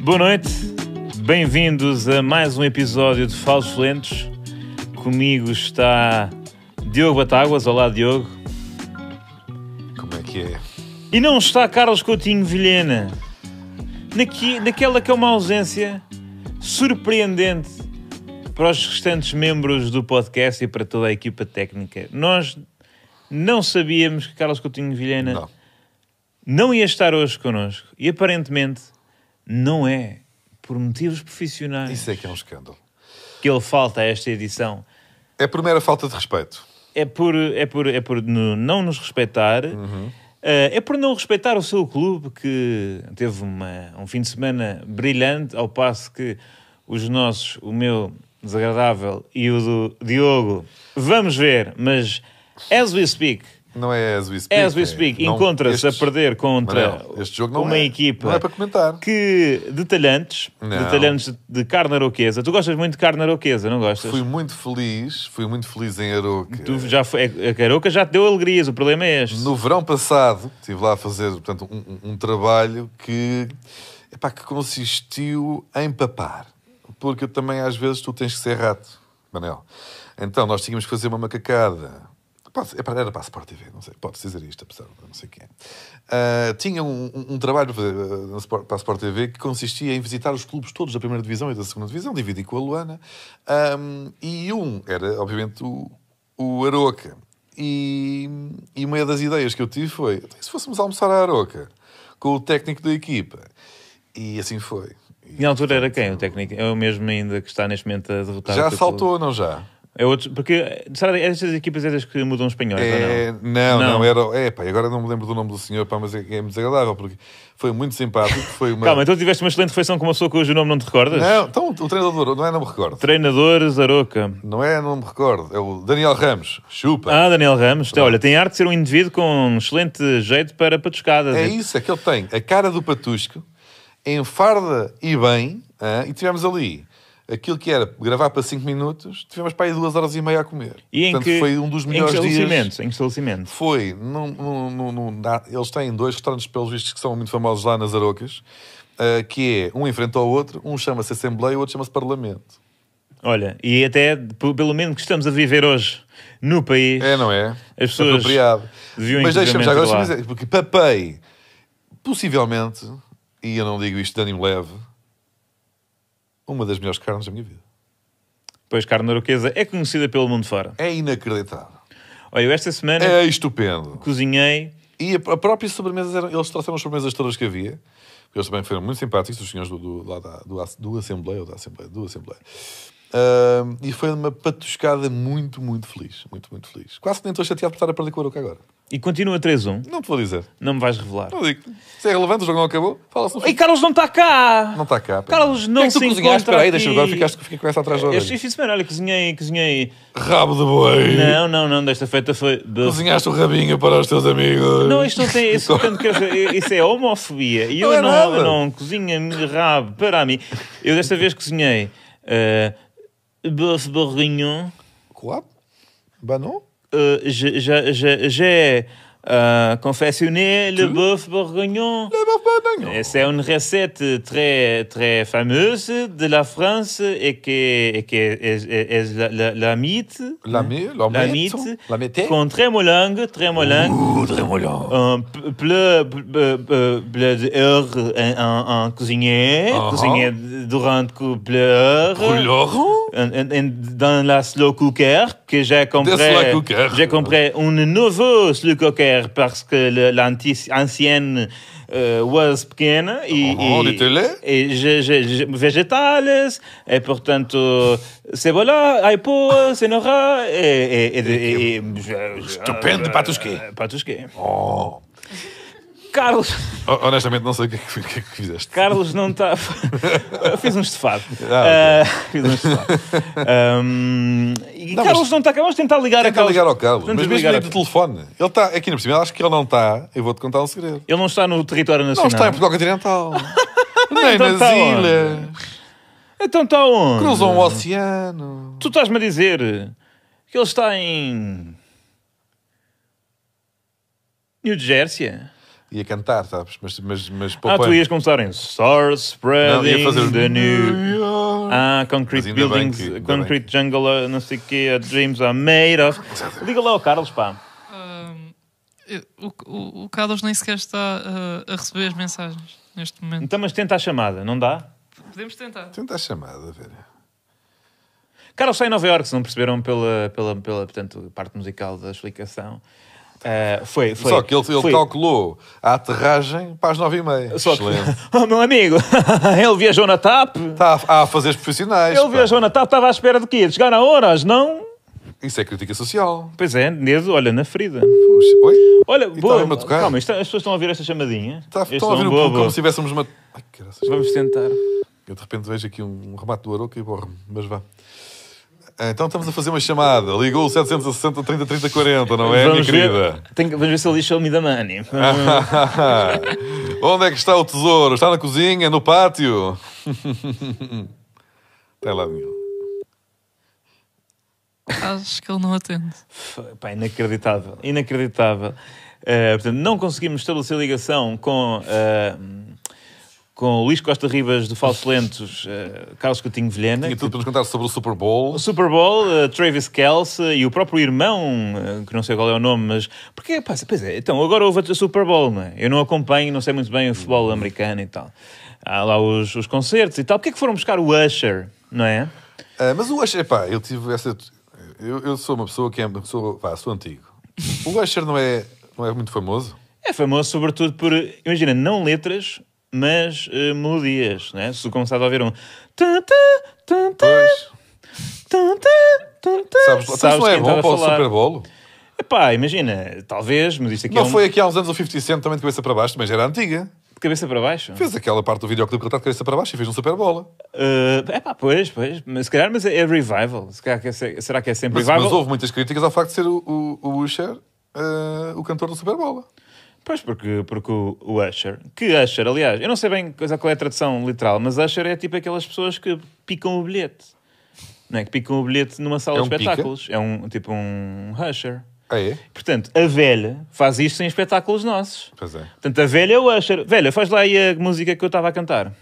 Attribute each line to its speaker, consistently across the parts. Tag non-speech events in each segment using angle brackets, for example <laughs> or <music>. Speaker 1: Boa noite, bem-vindos a mais um episódio de Falsos Lentos. Comigo está Diogo Batáguas, olá Diogo.
Speaker 2: Como é que é?
Speaker 1: E não está Carlos Coutinho Vilhena, Naqui- naquela que é uma ausência surpreendente para os restantes membros do podcast e para toda a equipa técnica. Nós não sabíamos que Carlos Coutinho Vilhena
Speaker 2: Não.
Speaker 1: não ia estar hoje connosco e aparentemente não é por motivos profissionais
Speaker 2: Isso é que é um escândalo.
Speaker 1: que ele falta a esta edição.
Speaker 2: É a primeira falta de respeito.
Speaker 1: É por, é por, é por no- não nos respeitar,
Speaker 2: Uhum.
Speaker 1: eh, é por não respeitar o seu clube que teve uma- um fim de semana brilhante, ao passo que os nossos, o meu desagradável e o do Diogo, vamos ver, mas as we speak,
Speaker 2: Não é as we speak.
Speaker 1: as we
Speaker 2: é-
Speaker 1: speak,
Speaker 2: não-
Speaker 1: encontra-se a
Speaker 2: estes-
Speaker 1: perder contra
Speaker 2: Manel, este jogo não
Speaker 1: uma
Speaker 2: é-
Speaker 1: equipa
Speaker 2: não é para comentar.
Speaker 1: que detalhantes,
Speaker 2: Não.
Speaker 1: detalhantes de carne aroquesa. Tu gostas muito de carne aroquesa, não gostas?
Speaker 2: Fui muito feliz, fui muito feliz em Aroca.
Speaker 1: Tu já foi, a Caroca já te deu alegrias, o problema é este.
Speaker 2: No verão passado, estive lá a fazer portanto, um, um- um trabalho que, epá, que consistiu em papar. Porque também às vezes tu tens que ser rato, Manel. Então nós tínhamos que fazer uma macacada. Pá, epá, Era para a Sport TV, não sei, pode dizer isto, apesar de não sei quem. Ah, tinha um, um- um trabalho para, fazer, ah, na Sport- para a Sport TV que consistia em visitar os clubes todos da primeira divisão e da segunda divisão, dividi com a Luana. Ahm, e um era, obviamente, o, o Aroca. E, e uma das ideias que eu tive foi: "Então, e se fôssemos almoçar à Aroca com o técnico da equipa? E assim foi. E
Speaker 1: E na altura era quem o técnico? É o mesmo ainda que está neste momento a derrotar o
Speaker 2: já
Speaker 1: teu clube?
Speaker 2: saltou, não já?
Speaker 1: É outro, porque eh, será, estas equipas é das que mudam os espanhóis,
Speaker 2: É,
Speaker 1: ou não?
Speaker 2: não, não,
Speaker 1: Não.
Speaker 2: era. É, pá, e agora não me lembro do nome do senhor, pá, mas é, é desagradável porque foi muito simpático. Foi
Speaker 1: <laughs>
Speaker 2: uma.
Speaker 1: Calma, então tiveste uma excelente refeição com uma pessoa cujo nome não te recordas?
Speaker 2: não, então o treinador, não é, não me recordo.
Speaker 1: Treinadores Aroca.
Speaker 2: Não é, não me recordo. É o Daniel Ramos, chupa.
Speaker 1: Ah, Daniel Ramos. Então, olha, tem arte de ser um indivíduo com um excelente jeito para patuscadas.
Speaker 2: É isso, é que ele tem a cara do Patusco, em farda e bem, hã? e tivemos ali aquilo que era gravar para 5 minutos, tivemos para aí 2 horas e meia a comer.
Speaker 1: E em
Speaker 2: Portanto,
Speaker 1: que,
Speaker 2: foi um dos melhores
Speaker 1: em que
Speaker 2: dias.
Speaker 1: estabelecimentos? Em que estabelecimentos?
Speaker 2: Foi, num, num- num- num- na- eles têm dois restaurantes, pelos vistos, que são muito famosos lá nas Arocas, hã, que é um em frente ao outro, um chama-se Assembleia, o outro chama-se Parlamento.
Speaker 1: Olha, e até p- pelo menos que estamos a viver hoje no país.
Speaker 2: É, não é?
Speaker 1: As pessoas
Speaker 2: Apropriado.
Speaker 1: deviam
Speaker 2: Mas deixa-me já agora
Speaker 1: inclusivamente ir lá.
Speaker 2: dizer, porque papei, possivelmente, e eu não digo isto de ânimo leve, uma das melhores carnes da minha vida.
Speaker 1: Pois carne aroquesa é conhecida pelo mundo fora.
Speaker 2: É inacreditável.
Speaker 1: Olha, eu esta semana
Speaker 2: É estupendo.
Speaker 1: cozinhei
Speaker 2: E a a própria sobremesa, eram- eles trouxeram as sobremesas todas que havia. Eles também foram muito simpáticos, os senhores do, do, lá da, do, Ass- do Assembleia, ou da Assembleia, do Assembleia. Ahm, e foi uma patuscada muito, muito feliz. Muito, muito feliz. Quase que nem estou chateado por estar a perder com o Aroca agora.
Speaker 1: e continua 3-1.
Speaker 2: Não te vou dizer.
Speaker 1: Não me vais revelar.
Speaker 2: Não digo. Se é relevante, o jogo não acabou. Fala-se no
Speaker 1: E Carlos não está cá!
Speaker 2: Não está cá. pera.
Speaker 1: Carlos não
Speaker 2: O que é que tu
Speaker 1: se
Speaker 2: cozinhaste?
Speaker 1: encontra
Speaker 2: Espera aí,
Speaker 1: aqui.
Speaker 2: deixa-me agora, ficaste, fiquei com essa atrás da orelha.
Speaker 1: Este fim de semana, olha, cozinhei, cozinhei.
Speaker 2: Rabo de boi.
Speaker 1: Não, não, não, desta feita foi.
Speaker 2: Cozinhaste o rabinho para os teus amigos.
Speaker 1: Não, isto não tem. Isso, portanto, quer dizer, isso é homofobia. E eu
Speaker 2: Não é
Speaker 1: não,
Speaker 2: nada.
Speaker 1: eu não cozinho a minha rabo para mim. Eu desta vez cozinhei. Uh, bœuf bourguignon,
Speaker 2: Quoi? Banon?
Speaker 1: eh, je- je- je- j'ai euh, confectionné le bœuf bourguignon.
Speaker 2: Leva banon.
Speaker 1: Et C'est une recette euh, très, très fameuse de la France et que, et que est, est- est la, la- la mythe.
Speaker 2: La mi- la
Speaker 1: La
Speaker 2: mythe,
Speaker 1: mythe.
Speaker 2: la Uh, mété.
Speaker 1: Con trémolingue, trémolingue,
Speaker 2: Ouh, tremolão.
Speaker 1: un p- bleu, bleu, bleu- bleu d'heure, un, un- un cuisinier,
Speaker 2: Uh-huh.
Speaker 1: cuisinier durant que bleu,
Speaker 2: Brulhão.
Speaker 1: un- un- un- dans la slow cooker que j'ai
Speaker 2: Des slow
Speaker 1: compris
Speaker 2: cooker.
Speaker 1: j'ai compris un nouveau slow cooker parce que le- l'anti- l'ancienne euh, was pequena et,
Speaker 2: Oh,
Speaker 1: et-
Speaker 2: de télé.
Speaker 1: et je, je, je- végétales et euh, portanto cebola aipo cenoura et, et, et, et, euh, et
Speaker 2: Estupendo, patusqué.
Speaker 1: patusqué
Speaker 2: Oh.
Speaker 1: Carlos
Speaker 2: Oh, Honestamente, não sei o que é que, o que, é que fizeste.
Speaker 1: Carlos não
Speaker 2: <laughs>
Speaker 1: está. fiz um estofado.
Speaker 2: Ah,
Speaker 1: Ah, fiz um estofado. Ahm, e
Speaker 2: Não,
Speaker 1: Carlos
Speaker 2: mas-
Speaker 1: não está cá. Vamos tentar ligar a
Speaker 2: Tenta
Speaker 1: Carlos.
Speaker 2: ligar ao Carlos,
Speaker 1: Tenta
Speaker 2: mas mesmo
Speaker 1: ligar
Speaker 2: aí
Speaker 1: ao
Speaker 2: de
Speaker 1: Carlos.
Speaker 2: telefone. Ele está aqui na cima, acho que ele não está. Eu vou-te contar um segredo.
Speaker 1: Ele não está no território
Speaker 2: Não
Speaker 1: nacional.
Speaker 2: está em
Speaker 1: <laughs>
Speaker 2: Portugal Continental. Nem
Speaker 1: Então
Speaker 2: nas
Speaker 1: tá onde?
Speaker 2: ilhas.
Speaker 1: Então está onde?
Speaker 2: Cruzam o oceano.
Speaker 1: Tu estás-me a dizer que ele está em. New Jersey?
Speaker 2: Ia cantar, sabes? Mas, mas, mas
Speaker 1: Ah, tu
Speaker 2: poupei-me.
Speaker 1: ias começar em Stars
Speaker 2: Não,
Speaker 1: Spreading
Speaker 2: ia fazer o-
Speaker 1: the New. Ah, Concrete
Speaker 2: Mas ainda bem
Speaker 1: Buildings,
Speaker 2: que- ainda
Speaker 1: Concrete Jungle, ah, não sei o quê, ah, Dreams are made of. Liga lá ao Carlos, pá.
Speaker 3: Ahm, eu- o, o, o Carlos nem sequer está ah, a receber as mensagens neste momento.
Speaker 1: Então, mas tenta a chamada, não dá?
Speaker 3: Podemos tentar.
Speaker 2: Tenta a chamada, ver.
Speaker 1: Carlos está em Nova Iorque, se não perceberam pela, pela, pela portanto, parte musical da explicação. Ah, foi, foi.
Speaker 2: Só que ele, ele
Speaker 1: foi.
Speaker 2: calculou a aterragem para as 9h30.
Speaker 1: Só que-
Speaker 2: Excelente.
Speaker 1: <laughs> Oh, meu amigo, ele viajou na TAP.
Speaker 2: Está a, a fazer os profissionais.
Speaker 1: Ele
Speaker 2: pá.
Speaker 1: viajou na TAP, estava à espera de quê? De chegar a horas, não?
Speaker 2: Isso é crítica social.
Speaker 1: Pois é, dedo, olha, na ferida.
Speaker 2: Puxa, Oi?
Speaker 1: Olha,
Speaker 2: E
Speaker 1: boa.
Speaker 2: estava-me a tocar.
Speaker 1: Calma, isto- as pessoas estão a ouvir esta chamadinha.
Speaker 2: Tá,
Speaker 1: Este é
Speaker 2: estão a
Speaker 1: som,
Speaker 2: ouvir um
Speaker 1: boa,
Speaker 2: pouco
Speaker 1: boa.
Speaker 2: como se tivéssemos uma. Ai, caraças.
Speaker 1: Vamos tentar.
Speaker 2: Eu de repente vejo aqui um remate do Aroca e borro-me, mas vá. Então estamos a fazer uma chamada. Ligou o 760 30 30 40, não é,
Speaker 1: vamos,
Speaker 2: minha
Speaker 1: ver,
Speaker 2: querida?
Speaker 1: tem que- vamos ver se ele diz show me the money.
Speaker 2: Ah, Onde é que está o tesouro? Está na cozinha, no pátio? <laughs> Está lá nenhum.
Speaker 3: Acho que ele não atende.
Speaker 1: Pá, inacreditável, inacreditável. Eh, portanto, não conseguimos estabelecer ligação com, eh, com Luís Costa Ribas do Falso Lentos, eh, Carlos Coutinho Vilhena.
Speaker 2: Tinha tudo para nos contar sobre o Super Bowl.
Speaker 1: O Super Bowl, eh, Travis Kelce e o próprio irmão, eh, que não sei qual é o nome, mas. Porque, pá, pois é, então agora houve a Super Bowl, não é? Eu não acompanho, não sei muito bem o futebol americano e tal. Há lá os, os concertos e tal. Porquê é que foram buscar o Usher, não é?
Speaker 2: Ah, mas o Usher, pá, eu tive essa. Eu, eu sou uma pessoa que é. Sou, pá, sou antigo. O Usher não é, não é muito famoso?
Speaker 1: É famoso, sobretudo, por. Imagina, não letras, mas eh, melodias, não é? Se tu começares a ouvir um. tan, tan, tan, tan,
Speaker 2: Pois.
Speaker 1: tan, tan, tan, tan,
Speaker 2: Sabes, sabes não é
Speaker 1: quem está
Speaker 2: bom
Speaker 1: a
Speaker 2: para o
Speaker 1: falar.
Speaker 2: Super Bowl?
Speaker 1: Epá, imagina, talvez, mas isto aqui é
Speaker 2: Não
Speaker 1: um-
Speaker 2: foi aqui há uns anos o 50 Cent também de cabeça para baixo, mas era antiga.
Speaker 1: de cabeça para baixo.
Speaker 2: Fez aquela parte do videoclipe que ele está de cabeça para baixo e fez um Super Bowl.
Speaker 1: É epá, pois, pois. Mas, se calhar, mas é, é revival. Se calhar que é se- será que é sempre
Speaker 2: Mas,
Speaker 1: revival?
Speaker 2: mas houve muitas críticas ao facto de ser o, o, o Usher ah, o cantor do Super Bowl.
Speaker 1: Pois, porque, porque o, o Usher... Que Usher, aliás? Eu não sei bem coisa- qual é a tradução literal, mas Usher é tipo aquelas pessoas que picam o bilhete. Não é? Que picam o bilhete numa sala
Speaker 2: É um
Speaker 1: de
Speaker 2: pica?
Speaker 1: espetáculos. É um tipo um Usher.
Speaker 2: Ah, é?
Speaker 1: Portanto, a velha faz isto em espetáculos nossos.
Speaker 2: Pois é.
Speaker 1: Portanto, a velha é o Usher. Velha, faz lá aí a música que eu estava a cantar.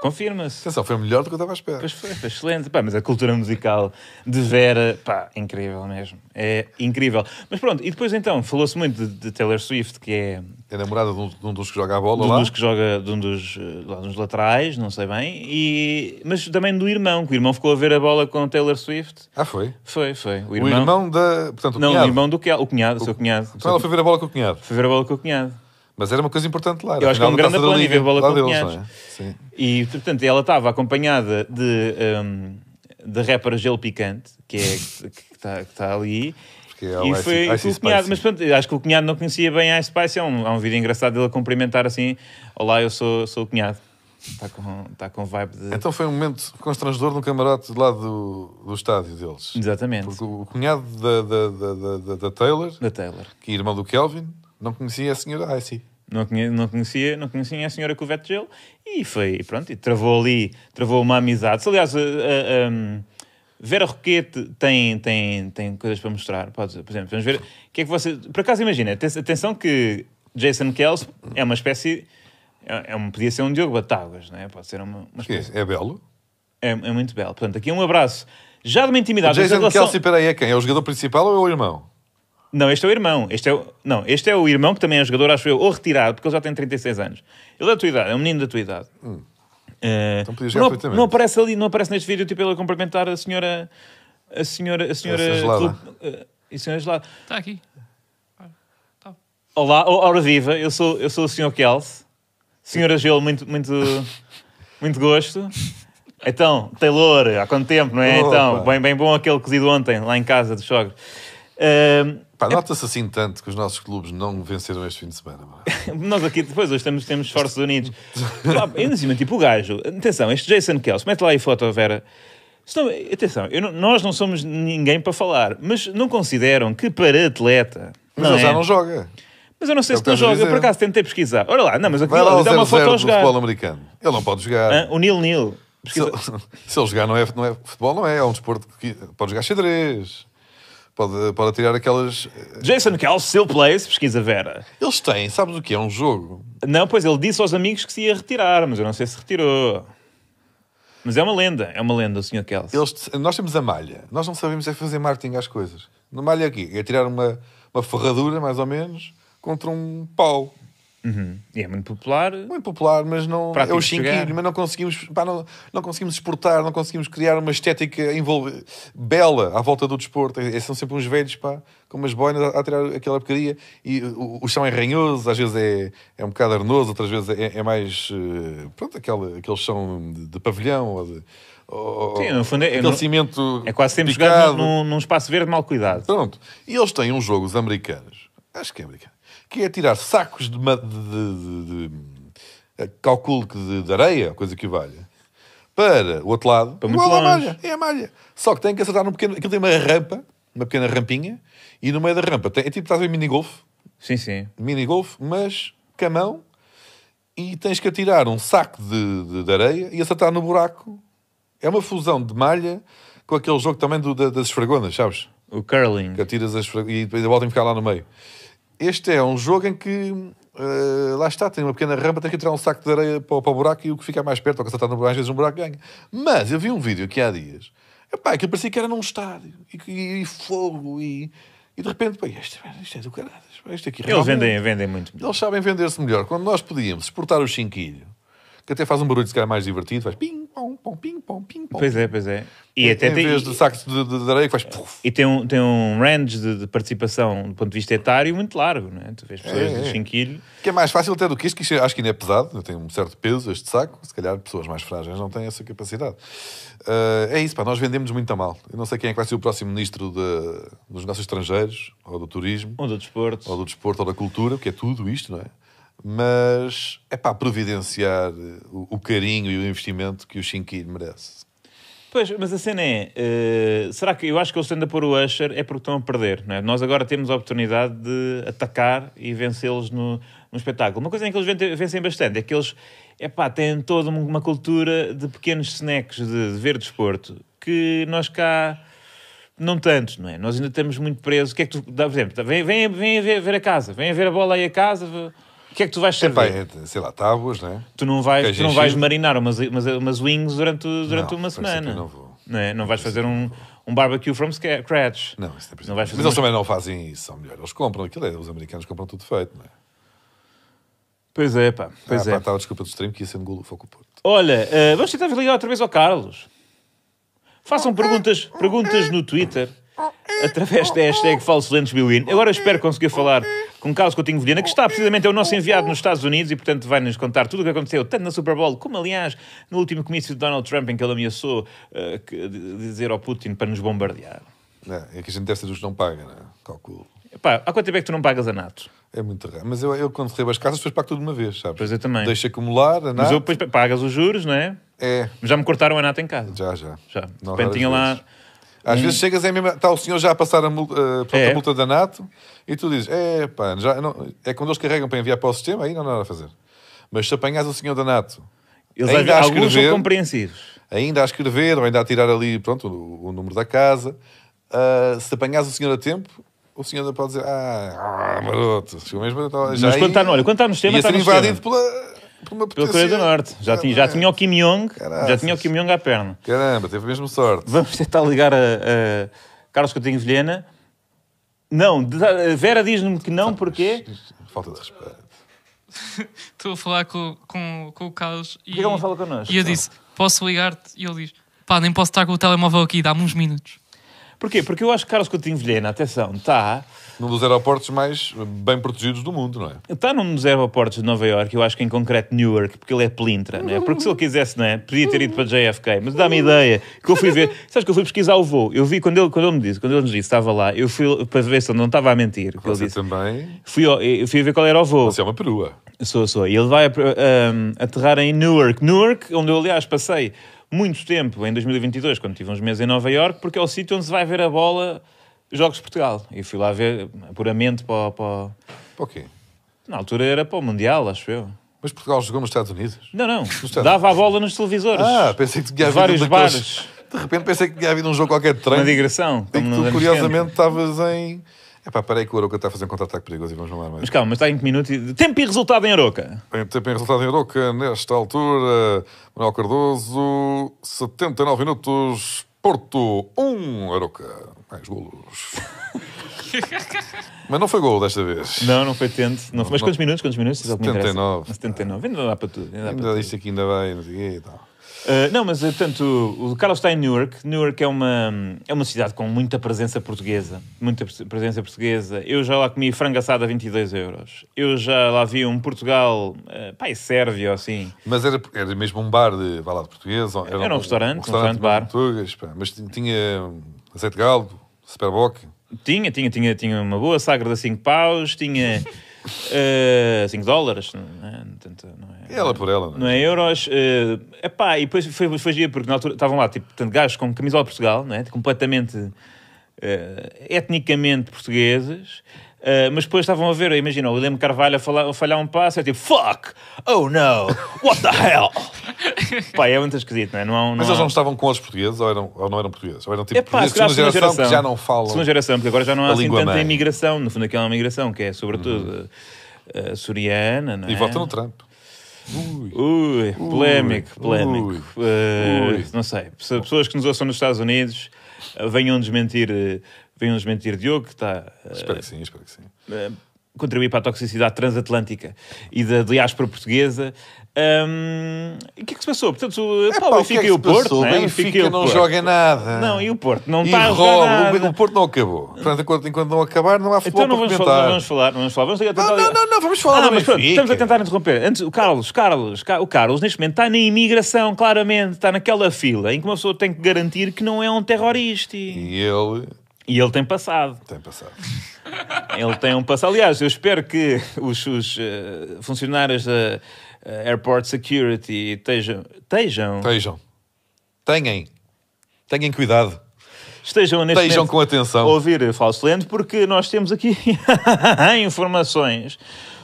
Speaker 1: Confirma-se.
Speaker 2: Atenção, foi melhor do que eu estava à espera.
Speaker 1: Pois foi, foi excelente. Pá, mas a cultura musical de Vera, pá, incrível mesmo. É incrível. Mas pronto, e depois então, falou-se muito de, de Taylor Swift, que é
Speaker 2: É namorada de um, de um dos que joga a bola
Speaker 1: um
Speaker 2: lá.
Speaker 1: dos que joga de um dos, eh, lá dos laterais, não sei bem, e, mas também do irmão, que o irmão ficou a ver a bola com o Taylor Swift.
Speaker 2: Ah, foi?
Speaker 1: Foi, foi. O
Speaker 2: O irmão,
Speaker 1: irmão.
Speaker 2: da. Portanto, o
Speaker 1: não,
Speaker 2: cunhado.
Speaker 1: o irmão do que o cunhado, o seu cunhado.
Speaker 2: Então ela foi ver a bola com o cunhado.
Speaker 1: Foi ver a bola com o cunhado.
Speaker 2: Mas era uma coisa importante lá. Era
Speaker 1: Eu
Speaker 2: a
Speaker 1: acho que é um
Speaker 2: final da
Speaker 1: grande
Speaker 2: Taça da
Speaker 1: plano e
Speaker 2: Liga,
Speaker 1: ver a bola
Speaker 2: lá
Speaker 1: com
Speaker 2: deles,
Speaker 1: cunhados.
Speaker 2: não é? Sim.
Speaker 1: E, portanto, ela estava acompanhada de, ehm, de rapper Gelo Picante, que é que está ali.
Speaker 2: Porque é o
Speaker 1: e
Speaker 2: Ice-
Speaker 1: foi com
Speaker 2: Ice
Speaker 1: o
Speaker 2: Spice.
Speaker 1: cunhado, mas portanto, eu acho que o cunhado não conhecia bem a Ice Spice. Há um, há um vídeo engraçado dele a cumprimentar assim: Olá, eu sou, sou o cunhado. Está com, está com vibe de.
Speaker 2: Então foi um momento constrangedor no camarote lá do, do estádio deles.
Speaker 1: Exatamente.
Speaker 2: Porque o cunhado da, da, da- da, da, da Taylor,
Speaker 1: Da Taylor.
Speaker 2: que é irmão do Kelvin, não conhecia a senhora Icy.
Speaker 1: Não conhecia, não conhecia, não conhecia a senhora Covete de Gelo e foi, e pronto, e travou ali, travou uma amizade. Se, Aliás, a- a- a- Vera Roquete tem, tem, tem coisas para mostrar. Pode, por exemplo, vamos ver o que é que você. Por acaso, imagina, aten- atenção que Jason Kells é uma espécie. É é um, podia ser um Diogo Batáguas, não é? Pode ser uma, uma
Speaker 2: Que
Speaker 1: espécie.
Speaker 2: É belo.
Speaker 1: É, é muito belo. Portanto, aqui um abraço. Já de uma intimidade. mas a
Speaker 2: Jason
Speaker 1: relação-
Speaker 2: Kelsey, peraí, é quem? É o jogador principal ou é o irmão?
Speaker 1: Não, este é o irmão. Este é o... Não, este é o irmão que também é jogador, acho eu, ou retirado, porque ele já tem 36 anos. Ele é da tua idade, é um menino da tua idade. Eh,
Speaker 2: Hum. Então podia jogar
Speaker 1: não,
Speaker 2: perfeitamente.
Speaker 1: não aparece ali, não aparece neste vídeo, tipo ele a cumprimentar a senhora. A senhora. A senhora.
Speaker 2: A senhora
Speaker 1: Clube- eh, e senhora gelada.
Speaker 3: Está aqui.
Speaker 1: Olá, oh, Hora Viva, eu sou, eu sou o senhor Kels. Senhora Gelo, muito,
Speaker 2: <laughs>
Speaker 1: muito, muito gosto. Então, Taylor, há quanto tempo, não é?
Speaker 2: Opa.
Speaker 1: Então, bem, bem bom aquele cozido ontem, lá em casa, do sogro. Eh,
Speaker 2: Pá, nota-se assim tanto que os nossos clubes não venceram este fim de
Speaker 1: <laughs>
Speaker 2: semana. mano.
Speaker 1: Nós aqui depois hoje temos, temos esforços unidos. Pá, Ainda assim, tipo, o gajo, atenção, este Jason Kelce, mete lá aí foto, a Vera. Senão, atenção, eu não- nós não somos ninguém para falar, mas não consideram que para atleta.
Speaker 2: Mas
Speaker 1: não
Speaker 2: ele já
Speaker 1: é?
Speaker 2: não joga.
Speaker 1: Mas eu não sei
Speaker 2: É o
Speaker 1: se
Speaker 2: que
Speaker 1: tu
Speaker 2: estás a
Speaker 1: joga, eu por
Speaker 2: dizer.
Speaker 1: acaso tentei pesquisar. Olha lá, não, mas aqui
Speaker 2: Vai lá
Speaker 1: ele
Speaker 2: ao
Speaker 1: dá uma
Speaker 2: 0
Speaker 1: foto
Speaker 2: 0
Speaker 1: ao
Speaker 2: do
Speaker 1: jogar. É,
Speaker 2: futebol americano. Ele não pode jogar.
Speaker 1: Hã? o Nil Nil.
Speaker 2: Se,
Speaker 1: Pesquisa-
Speaker 2: <laughs> ele- se ele jogar, não é, não é futebol, não é. É um desporto que pode jogar xadrez, Pode, pode tirar aquelas. eh,
Speaker 1: Jason Cal still plays, pesquisa Vera.
Speaker 2: Eles têm, sabes o que? É um jogo.
Speaker 1: Não, pois ele disse aos amigos que se ia retirar, mas eu não sei se retirou. Mas é uma lenda, é uma lenda o Sr. Kelsey.
Speaker 2: Eles- nós temos a malha. Nós não sabemos é fazer marketing às coisas. Na malha aqui é tirar uma, uma ferradura, mais ou menos, contra um pau.
Speaker 1: Uhum. E é muito popular.
Speaker 2: Muito popular, mas não.
Speaker 1: Prático
Speaker 2: é o
Speaker 1: de chegar.
Speaker 2: chinquilho, mas não conseguimos, pá, não, não conseguimos exportar, não conseguimos criar uma estética envolve, bela à volta do desporto. É- são sempre uns velhos, pá, com umas boinas a, a tirar aquela porcaria. E o, o chão é ranhoso, às vezes é, é um bocado arenoso, outras vezes é, é mais. eh, Pronto, aquele, aquele chão de, de pavilhão ou de. ou-
Speaker 1: Sim,
Speaker 2: ou-
Speaker 1: no fundo é-
Speaker 2: aquele
Speaker 1: não-
Speaker 2: cimento
Speaker 1: É quase sempre
Speaker 2: picado.
Speaker 1: jogado num, num espaço verde mal cuidado.
Speaker 2: Pronto. E eles têm um jogo, os americanos, acho que é americano, que é tirar sacos de. ma- de, de- de- de- eh, calculo que de, de areia, coisa que valha, para o outro lado.
Speaker 1: muito
Speaker 2: igual à
Speaker 1: longe.
Speaker 2: malha. É a malha. Só que tem que acertar num pequeno. Aquilo tem uma rampa, uma pequena rampinha, e no meio da rampa tem, é tipo, estás a ver minigolf,
Speaker 1: Sim, sim.
Speaker 2: minigolf, mas camão, e tens que atirar um saco de, de- de areia e acertar no buraco. É uma fusão de malha com aquele jogo também do, da- das esfragonas, sabes?
Speaker 1: O curling.
Speaker 2: que atiras as fra- e depois a bola tem que ficar lá no meio. Este é um jogo em que eh, lá está, tem uma pequena rampa, tem que tirar um saco de areia para, o- para o buraco e o que fica mais perto, ou que acertar no buraco, às vezes um buraco ganha. Mas eu vi um vídeo aqui há dias, epá, aquilo parecia que era num estádio, e, que- e- e fogo, e, e de repente, pá, isto, isto é do caralho, isto aqui
Speaker 1: Eles
Speaker 2: realmente-
Speaker 1: vendem, vendem muito.
Speaker 2: eles sabem vender-se melhor. Quando nós podíamos exportar o chinquilho, que até faz um barulho se calhar mais divertido, faz ping, pong, pong, ping, pong, ping, pong.
Speaker 1: Pois é, pois é. E até
Speaker 2: em
Speaker 1: tem,
Speaker 2: vez de sacos de, de- de areia que faz... puf.
Speaker 1: e tem um, tem um range de, de participação do ponto de vista etário muito largo, não é? Tu vês pessoas
Speaker 2: É, é.
Speaker 1: de chinquilho.
Speaker 2: Que é mais fácil até do que isto, que isto é- acho que ainda é pesado, tem um certo peso este saco, se calhar pessoas mais frágeis não têm essa capacidade. Ah, é isso, pá, nós vendemos muito a mal. Eu não sei quem é que vai ser o próximo ministro de- dos negócios estrangeiros, ou do turismo,
Speaker 1: Ou um do desporto.
Speaker 2: ou do desporto, ou da cultura, porque é tudo isto, não é? Mas é para providenciar eh, o, o carinho e o investimento que o Shinkin merece.
Speaker 1: Pois, mas a cena é, eh, será que eu acho que eles estando a pôr o Usher é porque estão a perder, não é? Nós agora temos a oportunidade de atacar e vencê-los no, no espetáculo. Uma coisa em que eles vente- vencem bastante é que eles, epá, têm toda um, uma cultura de pequenos snacks de, de ver desporto que nós cá não tanto, não é? Nós ainda estamos muito presos. O que é que tu, dá, por exemplo, vem, vem, vem a ver, ver a casa, vem a ver a bola aí a casa, vê- o que é que tu vais
Speaker 2: É pá,
Speaker 1: servir?
Speaker 2: é, sei lá, tábuas, não é?
Speaker 1: Tu não vais,
Speaker 2: Queijo
Speaker 1: tu não vais
Speaker 2: enchido.
Speaker 1: marinar umas, umas, umas wings durante, durante
Speaker 2: Não,
Speaker 1: uma
Speaker 2: por isso é que
Speaker 1: semana.
Speaker 2: eu não vou.
Speaker 1: Não, é? Não vais fazer um, um barbecue from sca- scratch.
Speaker 2: Não, isso não é preciso.
Speaker 1: Não vais
Speaker 2: Mas
Speaker 1: fazer
Speaker 2: eles
Speaker 1: umas-
Speaker 2: também não fazem isso, ou melhor, eles compram aquilo, é, os americanos compram tudo feito, não é?
Speaker 1: Pois é, pá. Pois
Speaker 2: ah,
Speaker 1: é.
Speaker 2: pá, estava desculpa do stream que ia sendo Golo Foco Porto.
Speaker 1: Olha, eh, vamos tentar ligar outra vez ao Carlos. Façam perguntas, perguntas no Twitter através da hashtag FalsoLentesBwin. um. Agora eu espero conseguir falar com Carlos Coutinho Vilhena, que está precisamente é o nosso enviado nos Estados Unidos e, portanto, vai-nos contar tudo o que aconteceu, tanto na Super Bowl como, aliás, no último comício de Donald Trump, em que ele ameaçou eh, que- de- dizer ao Putin para nos bombardear.
Speaker 2: É, é que a gente deve ser dos que não paga, não é? Calculo.
Speaker 1: Pá, há quanto tempo é que tu não pagas a NATO?
Speaker 2: É muito raro. Mas eu, eu quando recebo as casas, depois pago tudo de uma vez, sabes?
Speaker 1: Pois eu também.
Speaker 2: Deixo acumular, a
Speaker 1: Mas
Speaker 2: nada.
Speaker 1: eu depois pagas os juros, não é?
Speaker 2: É,
Speaker 1: Já me cortaram a nata em casa.
Speaker 2: já, já.
Speaker 1: Já. De
Speaker 2: Não
Speaker 1: repente
Speaker 2: raras
Speaker 1: tinha lá.
Speaker 2: vezes. Às vezes chegas e é mesmo, está o senhor já a passar a multa, eh, portanto,
Speaker 1: É.
Speaker 2: a multa da NATO e tu dizes, é pá, já, não, é quando eles carregam para enviar para o sistema, aí não há nada a fazer. Mas se apanhas o senhor da NATO,
Speaker 1: Eles
Speaker 2: ainda
Speaker 1: às
Speaker 2: a
Speaker 1: vezes- alguns
Speaker 2: escrever,
Speaker 1: são compreensivos.
Speaker 2: ainda a escrever ou ainda a tirar ali pronto, o, o número da casa, ah, se apanhas o senhor a tempo, o senhor pode dizer, ah, ah, maroto, chegou mesmo, então, já
Speaker 1: Mas quando
Speaker 2: aí-
Speaker 1: está no, olha, quando está no sistema,
Speaker 2: ia
Speaker 1: está
Speaker 2: ser
Speaker 1: no
Speaker 2: invadido
Speaker 1: sistema.
Speaker 2: pela, por
Speaker 1: Pela
Speaker 2: uma potência.
Speaker 1: Coreia do Norte. Já tinha, já tinha o Kim Jong, já
Speaker 2: Caraças.
Speaker 1: tinha o Kim Jong à perna.
Speaker 2: Caramba, teve mesmo sorte.
Speaker 1: Vamos tentar ligar a, a Carlos Coutinho Vilhena. Não, de- a Vera diz-me que não, porquê?
Speaker 2: Falta de respeito.
Speaker 3: Estou a falar com, com, com o Carlos e,
Speaker 1: Porquê que ele não fala connosco? então.
Speaker 3: e eu disse: Posso ligar-te? E ele diz: Pá, nem posso estar com o telemóvel aqui, dá-me uns minutos.
Speaker 1: Porquê? Porque eu acho que Carlos Coutinho Vilhena, atenção, tá está.
Speaker 2: Num dos aeroportos mais bem protegidos do mundo, não é?
Speaker 1: Está Tá num dos aeroportos de Nova Iorque, eu acho que em concreto Newark, porque ele é pelintra, não é? Porque se ele quisesse, não é? Podia ter ido para JFK, mas dá-me ideia que eu fui ver. Sabes que eu fui pesquisar o voo? Eu vi, quando ele, quando ele me disse, quando ele nos disse, estava lá, eu fui para ver se ele não estava a mentir. que Ele
Speaker 2: Você
Speaker 1: disse,
Speaker 2: também.
Speaker 1: fui, ao- eu fui ver qual era o voo.
Speaker 2: Você é uma perua.
Speaker 1: Sou, sou. E ele vai ah, um, aterrar em Newark. Newark, onde eu, aliás, passei muito tempo em 2022, quando tive uns meses em Nova Iorque, porque é o sítio onde se vai ver a bola Jogos de Portugal. E fui lá ver puramente para, o- para... o-
Speaker 2: Para o quê?
Speaker 1: Na altura era para o Mundial, acho eu.
Speaker 2: Mas Portugal jogou nos Estados Unidos?
Speaker 1: Não, não.
Speaker 2: Estados
Speaker 1: Dava a bola nos televisores.
Speaker 2: Ah, pensei que tinha
Speaker 1: Vários
Speaker 2: havido um daqueles-
Speaker 1: bares.
Speaker 2: De repente pensei que tinha havido um jogo qualquer de treino.
Speaker 1: Uma digressão. como
Speaker 2: E que
Speaker 1: nos
Speaker 2: tu,
Speaker 1: anos
Speaker 2: curiosamente, estavas em. Epá, peraí que o Aroca está a fazer um contra-ataque perigoso e vamos lá
Speaker 1: 70.
Speaker 2: mais.
Speaker 1: Mas calma, mas está em que minuto? e- Tempo e resultado em Aroca.
Speaker 2: Em tempo em resultado em Aroca, nesta altura, Manuel Cardoso, 79 minutos, Porto 1, Aroca.
Speaker 1: <laughs>
Speaker 2: Mais golos. Mas não foi golo desta vez.
Speaker 1: Não, não foi tente. Não, foi- mas
Speaker 2: não.
Speaker 1: quantos minutos? Quantos minutos? Isso é o que me interessa.
Speaker 2: 79.
Speaker 1: 79. Ainda dá para tudo. Ainda dá para
Speaker 2: Ainda isto aqui ainda vai, não sei o quê e tal.
Speaker 1: Uh, não, mas, portanto, o Carlos está em Newark. Newark é uma, é uma cidade com muita presença portuguesa. Muita pres- presença portuguesa. Eu já lá comi frango assado a 22 euros. Eu já lá vi um Portugal, uh, pá, e Sérvio, assim.
Speaker 2: Mas era, era mesmo um bar de, vá lá, de português? ou
Speaker 1: Era um restaurante, um restaurante
Speaker 2: mesmo
Speaker 1: bar.
Speaker 2: de português, pá. mas ti- tinha hum, azeite de galo, superboc.
Speaker 1: Tinha, tinha, tinha, tinha uma boa sagra de 5 paus,
Speaker 2: <laughs>
Speaker 1: tinha 5 dólares. Não é? Portanto, não é-
Speaker 2: Ela por ela, não
Speaker 1: não
Speaker 2: é?
Speaker 1: é? Euros. eh, epá, e depois foi, foi giro, porque na altura estavam lá, tipo, portanto, gajos com camisola de Portugal, não é? Completamente eh, etnicamente portugueses. eh, mas depois estavam a ver, eu imagino, o William Carvalho a, falar, a falhar um passo, é tipo, fuck, oh no, what the
Speaker 2: <laughs>
Speaker 1: hell? Pá, é muito esquisito, não é? Não há, um-
Speaker 2: Mas
Speaker 1: não
Speaker 2: eles não
Speaker 1: há...
Speaker 2: estavam com os portugueses ou, eram, ou não eram portugueses? Ou eram tipo
Speaker 1: É pá,
Speaker 2: portugueses
Speaker 1: se calhar
Speaker 2: de segunda geração, que já não falam.
Speaker 1: Segunda geração, porque agora já não há
Speaker 2: a
Speaker 1: assim
Speaker 2: língua
Speaker 1: tanta
Speaker 2: mãe. Uhum.
Speaker 1: imigração. No fundo, aqui é uma imigração que é, sobretudo, eh, soriana, não é?
Speaker 2: E votam no Trump. Ui.
Speaker 1: Ui, polémico, polémico.
Speaker 2: Ui.
Speaker 1: Eh,
Speaker 2: Ui.
Speaker 1: Não sei. Pessoa- Pessoas que nos ouçam nos Estados Unidos eh, venham desmentir, eh, venham desmentir Diogo, que está eh,
Speaker 2: Espero que sim, espero que sim.
Speaker 1: eh, contribuir para a toxicidade transatlântica e da diáspora portuguesa. Ahm, e o que é que se passou? Portanto, o- pá,
Speaker 2: Pá,
Speaker 1: o Benfica e o Porto,
Speaker 2: O é
Speaker 1: né? O e
Speaker 2: Benfica
Speaker 1: o
Speaker 2: não
Speaker 1: Porto.
Speaker 2: joga nada.
Speaker 1: Não, e o Porto não
Speaker 2: E
Speaker 1: está a jogar
Speaker 2: rouba. O Ben-
Speaker 1: nada.
Speaker 2: O Porto não acabou. Portanto, enquanto, enquanto não acabar, não há futebol
Speaker 1: Então não
Speaker 2: para
Speaker 1: vamos, falar,
Speaker 2: comentar.
Speaker 1: não vamos falar, não vamos falar. Vamos ligar- tentar
Speaker 2: Não, não,
Speaker 1: ligar-
Speaker 2: não, não, vamos falar
Speaker 1: Ah,
Speaker 2: do
Speaker 1: mas pronto,
Speaker 2: Benfica.
Speaker 1: estamos a tentar interromper. Antes, o Carlos, Carlos, Ca- o Carlos, neste momento, está na imigração, claramente, está naquela fila em que uma pessoa tem que garantir que não é um terrorista. E
Speaker 2: E ele
Speaker 1: ele tem passado.
Speaker 2: tem passado.
Speaker 1: Ele tem um passado. Aliás, eu espero que os, os, eh, funcionários da eh, Airport Security estejam, estejam,
Speaker 2: Estejam. Tenham. Tenham cuidado.
Speaker 1: estejam neste
Speaker 2: Estejam
Speaker 1: momento
Speaker 2: com atenção.
Speaker 1: a ouvir Falso Lento, porque nós temos aqui <laughs> informações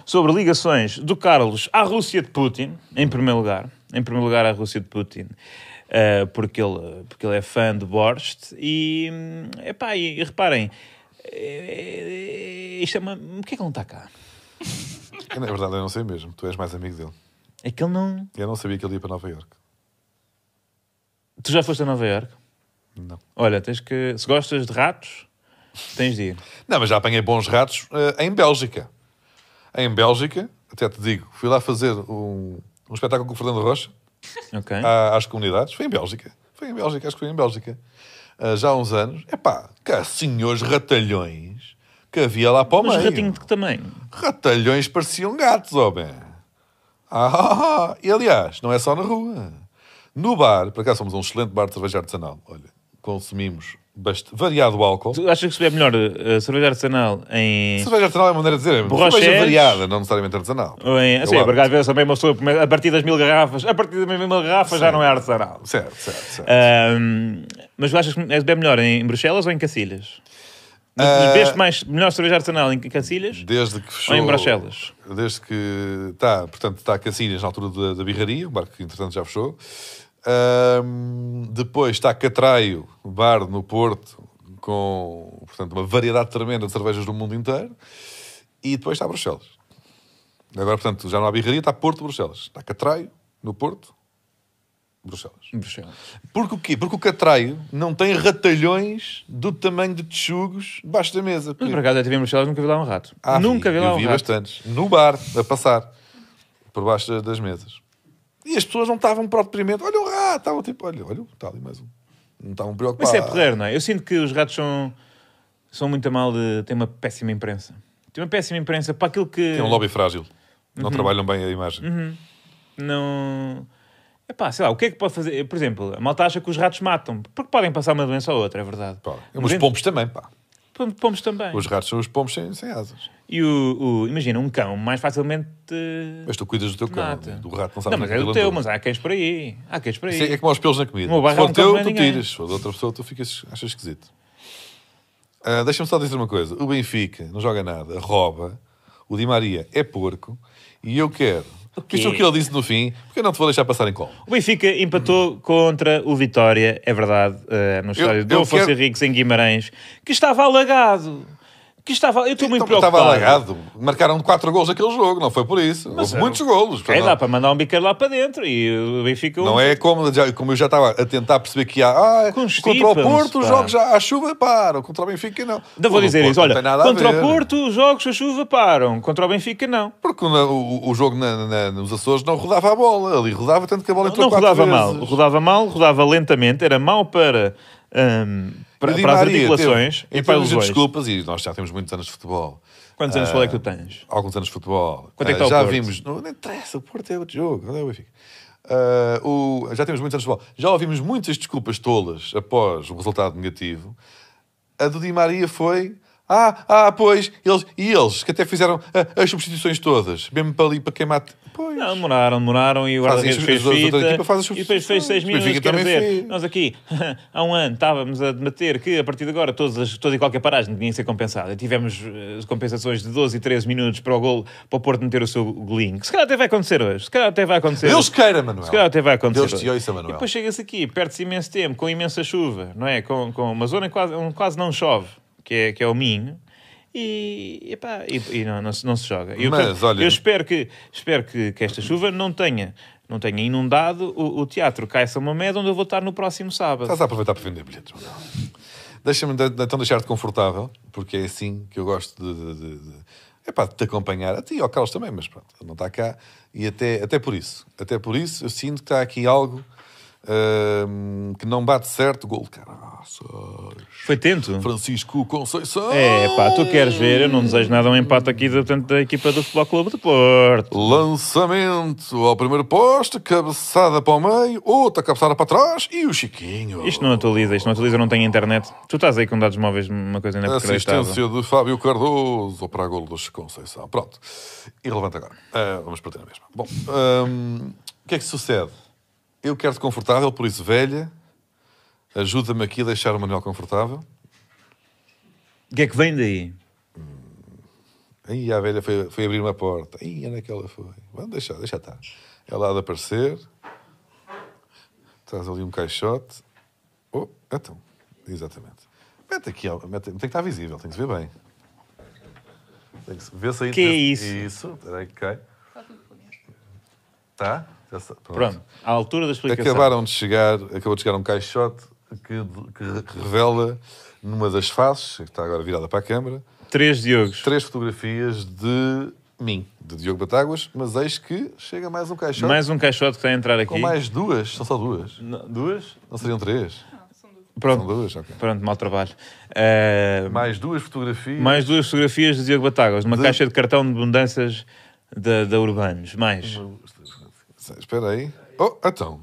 Speaker 1: sobre ligações do Carlos à Rússia de Putin, em primeiro lugar. Em primeiro lugar, à Rússia de Putin. eh, porque, ele, porque ele é fã de Borst. E, hum, epá, e, e reparem, eh, isto é uma... Porquê é que ele não está cá?
Speaker 2: Eu, Na É verdade, eu não sei mesmo. Tu és mais amigo dele.
Speaker 1: É que ele não...
Speaker 2: Eu não sabia que ele ia para Nova Iorque.
Speaker 1: Tu já foste a Nova Iorque?
Speaker 2: Não.
Speaker 1: Olha, tens que... Se gostas de ratos, tens de ir.
Speaker 2: Não, mas já apanhei bons ratos eh, em Bélgica. Em Bélgica, até te digo, fui lá fazer um, um espetáculo com o Fernando Rocha
Speaker 1: Ok?
Speaker 2: à- Ah, às comunidades. Foi em Bélgica. Foi em Bélgica, acho que foi em Bélgica. Ah, já há uns anos. Epá, que senhores ratalhões que havia lá para o
Speaker 1: Mas
Speaker 2: meio.
Speaker 1: ratinho de que tamanho?
Speaker 2: Ratalhões pareciam gatos, homem. Ah, ah, ah. E aliás, não é só na rua. No bar, para cá somos um excelente bar de cerveja artesanal. Olha, consumimos bast- variado álcool.
Speaker 1: Tu achas que se bebe melhor eh, cerveja artesanal em...
Speaker 2: Cerveja artesanal é uma maneira de dizer. é
Speaker 1: Borrachés.
Speaker 2: Cerveja variada, não necessariamente artesanal.
Speaker 1: Ou em-
Speaker 2: Eu
Speaker 1: Sim, assim, é
Speaker 2: abro.
Speaker 1: porque às vezes também uma pessoa começa- a partir das mil garrafas, a partir das mil garrafas já não é artesanal.
Speaker 2: Certo, certo,
Speaker 1: Ah,
Speaker 2: certo.
Speaker 1: Ahm, mas tu achas que és bem melhor em Bruxelas ou em Cacilhas? Mas
Speaker 2: Ah.
Speaker 1: Bebeste mais, melhor cerveja artesanal em Cacilhas?
Speaker 2: Desde que fechou...
Speaker 1: Ou em Bruxelas?
Speaker 2: Desde que está, portanto, está a Cacilhas na altura da, da Birraria, um bar que, entretanto, já fechou. Ahm, depois está Catraio, um bar no Porto, com, portanto, uma variedade tremenda de cervejas do mundo inteiro. E depois está Bruxelas. Agora, portanto, já não há Birraria, está Porto, Bruxelas. Está Catraio, no Porto, Bruxelas.
Speaker 1: Em Bruxelas.
Speaker 2: Porque o quê? Porque o Catraio não tem ratalhões do tamanho de texugos debaixo da mesa.
Speaker 1: Mas por acaso eu estive em Bruxelas nunca vi lá um rato. nunca vi
Speaker 2: eu
Speaker 1: lá um
Speaker 2: Ah, vi
Speaker 1: rato.
Speaker 2: bastantes. No bar, a passar. Por baixo da- das mesas. E as pessoas não estavam propriamente... Olha o rato! Estavam tipo... Olha, olha, está ali mais um. Não estavam
Speaker 1: Mas
Speaker 2: preocupados.
Speaker 1: isso é poder, não é? Eu sinto que os ratos são, são muito a mal de. têm uma péssima imprensa. Tem uma péssima imprensa para aquilo que.
Speaker 2: Tem um lobby frágil.
Speaker 1: Uhum.
Speaker 2: Não trabalham bem a imagem.
Speaker 1: não. Epá, sei lá, o que é que pode fazer? Por exemplo, a malta acha que os ratos matam, porque podem passar uma doença ou outra, é verdade.
Speaker 2: Pá,
Speaker 1: Mas
Speaker 2: Os
Speaker 1: entre-
Speaker 2: pombos também, pá.
Speaker 1: Pom- Pomos também.
Speaker 2: Os ratos são os pombos sem, sem asas.
Speaker 1: E o, o- Imagina, um cão mais facilmente. eh,
Speaker 2: Mas tu cuidas do teu cão.
Speaker 1: mata.
Speaker 2: Do rato não sabes
Speaker 1: Não, mas
Speaker 2: onde
Speaker 1: é
Speaker 2: ele
Speaker 1: do teu,
Speaker 2: andou.
Speaker 1: mas há quens por aí. Há quens por aí.
Speaker 2: Isso é, é como aos pelos na comida.
Speaker 1: Uma barra
Speaker 2: Se for
Speaker 1: não come
Speaker 2: teu,
Speaker 1: mais
Speaker 2: tu
Speaker 1: ninguém.
Speaker 2: tiras. Se for de outra pessoa, tu ficas, achas esquisito. Ah, Deixa-me só dizer uma coisa. O Benfica não joga nada, rouba. O Di Maria é porco. E eu quero
Speaker 1: quê?
Speaker 2: Isto é o que ele disse no fim, porque eu não te vou deixar passar em colo.
Speaker 1: O Benfica empatou contra o Vitória, é verdade, eh, no estádio do
Speaker 2: eu
Speaker 1: Afonso
Speaker 2: quero-
Speaker 1: Henriques em Guimarães, que estava alagado. Que estava... Eu estou muito
Speaker 2: Então,
Speaker 1: preocupado.
Speaker 2: Estava alagado. Marcaram quatro golos aquele jogo, não foi por isso. Houve
Speaker 1: é-
Speaker 2: muitos golos.
Speaker 1: É,
Speaker 2: não,
Speaker 1: dá para mandar um biqueiro lá para dentro e o Benfica...
Speaker 2: não é como, já- como eu já estava a tentar perceber que há. Ah, contra o
Speaker 1: Constipam-se,
Speaker 2: Porto, os
Speaker 1: pá.
Speaker 2: jogos já à chuva param. Contra o Benfica, não.
Speaker 1: Ainda vou
Speaker 2: O do
Speaker 1: dizer
Speaker 2: Porto
Speaker 1: isso.
Speaker 2: não
Speaker 1: Olha,
Speaker 2: tem nada a
Speaker 1: contra o
Speaker 2: ver.
Speaker 1: Porto, os jogos, a chuva param. Contra o Benfica, não.
Speaker 2: Porque na- o, o jogo na- na- nos Açores não rodava a bola. Ali rodava tanto que a bola entrou
Speaker 1: Não
Speaker 2: quatro
Speaker 1: rodava
Speaker 2: vezes.
Speaker 1: mal. Rodava mal, rodava lentamente. Era mal para, hum, para,
Speaker 2: E Di
Speaker 1: para as
Speaker 2: Maria,
Speaker 1: articulações
Speaker 2: teve-
Speaker 1: e para os
Speaker 2: teve
Speaker 1: dois.
Speaker 2: desculpas, e nós já temos muitos anos de futebol.
Speaker 1: Quantos anos foi é que tu tens?
Speaker 2: alguns anos de futebol.
Speaker 1: Quanto é que está
Speaker 2: Ah,
Speaker 1: o
Speaker 2: já
Speaker 1: Porto?
Speaker 2: vimos. Não, não interessa, o Porto é outro jogo. Não é o Benfica. Ah, o- já temos muitos anos de futebol. Já ouvimos muitas desculpas tolas após o resultado negativo. A do Di Maria foi. Ah, ah, pois, eles, e eles que até fizeram ah, as substituições todas, mesmo para ali para queimar. Pois.
Speaker 1: Não, demoraram, demoraram e o
Speaker 2: Fazem
Speaker 1: guarda-redes
Speaker 2: as-
Speaker 1: fez
Speaker 2: as outras
Speaker 1: fita
Speaker 2: equipas fazem as
Speaker 1: e depois fez
Speaker 2: substituições.
Speaker 1: 6
Speaker 2: O
Speaker 1: minutos.
Speaker 2: Benfica
Speaker 1: Quer
Speaker 2: também
Speaker 1: dizer,
Speaker 2: fez.
Speaker 1: nós aqui <laughs> há um ano estávamos a debater que a partir de agora todas as- toda e qualquer paragem tinha de ser compensada. Tivemos eh, compensações de 12 e 13 minutos para o gol para o Porto meter o seu golinho. Que se calhar até vai acontecer hoje. Se calhar até vai acontecer.
Speaker 2: Deus
Speaker 1: hoje.
Speaker 2: queira, Manuel.
Speaker 1: Se calhar até vai acontecer.
Speaker 2: Deus te
Speaker 1: hoje.
Speaker 2: ouça, Manuel.
Speaker 1: E depois chega-se aqui, perde-se imenso tempo, com imensa chuva, não é? Com, com uma zona em quase, onde quase não chove, que é, que é o Minho. E, epá, e, e não, não, se, não se joga. Eu,
Speaker 2: Mas,
Speaker 1: portanto,
Speaker 2: olha-
Speaker 1: eu espero, que, espero que, que esta chuva não tenha, não tenha inundado o, o teatro Caia São Mamed, onde eu vou estar no próximo sábado.
Speaker 2: Estás a aproveitar para vender bilhetes. Manuel. Deixa-me de- de- então deixar-te confortável, porque é assim que eu gosto de, de, de- de- epá, de te acompanhar. A ti e ao Carlos também, mas pronto, ele não está cá. E até, até por isso. Até por isso eu sinto que está aqui algo hum, que não bate certo. Gol, caraças.
Speaker 1: Foi tento?
Speaker 2: Francisco Conceição.
Speaker 1: É, pá, tu queres ver, eu não desejo nada um empate aqui da, portanto, da equipa do Futebol Clube de Porto.
Speaker 2: Lançamento ao primeiro poste, cabeçada para o meio, outra cabeçada para trás e o Chiquinho.
Speaker 1: Isto não atualiza, isto não atualiza, eu não tenho internet. Tu estás aí com dados móveis, uma coisa
Speaker 2: Ah,
Speaker 1: inacreditável.
Speaker 2: Assistência de Fábio Cardoso para a golo do Chico Conceição. Pronto. Irrelevante agora. Ah, vamos partir na mesma. Bom, ahm, o que é que sucede? Eu quero-te confortável, por isso, velha, ajuda-me aqui a deixar o Manuel confortável.
Speaker 1: O que é que vem daí?
Speaker 2: Aí a velha foi, foi abrir uma porta. Aí onde é que ela foi? Vamos deixar, deixa estar. Ela há de aparecer. Traz ali um caixote. Oh, então, exatamente. Mete aqui, ó, mete, tem que estar visível, tem que se ver bem. Tem que se ver se aí.
Speaker 1: Que é isso?
Speaker 2: Isso, espera aí que cai. Está? Já sa-
Speaker 1: Pronto, à altura da explicação.
Speaker 2: Acabaram de chegar, acabou de chegar um caixote que, que- que revela numa das faces, que está agora virada para a câmara,
Speaker 1: Três Diogos.
Speaker 2: três fotografias de mim, de Diogo Batáguas, mas eis que chega mais um caixote
Speaker 1: Mais um caixote que está a entrar
Speaker 2: com
Speaker 1: aqui.
Speaker 2: mais duas, são só duas.
Speaker 1: N- Duas?
Speaker 2: Não seriam três? São
Speaker 1: Pronto,
Speaker 2: duas, ok.
Speaker 1: pronto mau trabalho. Ah,
Speaker 2: um. Mais duas fotografias.
Speaker 1: mais duas fotografias de Diogo Batáguas, numa
Speaker 2: De-
Speaker 1: caixa de cartão de abundâncias da, da Urbanos. Mais.
Speaker 2: Uhum. Espera aí. Oh, então.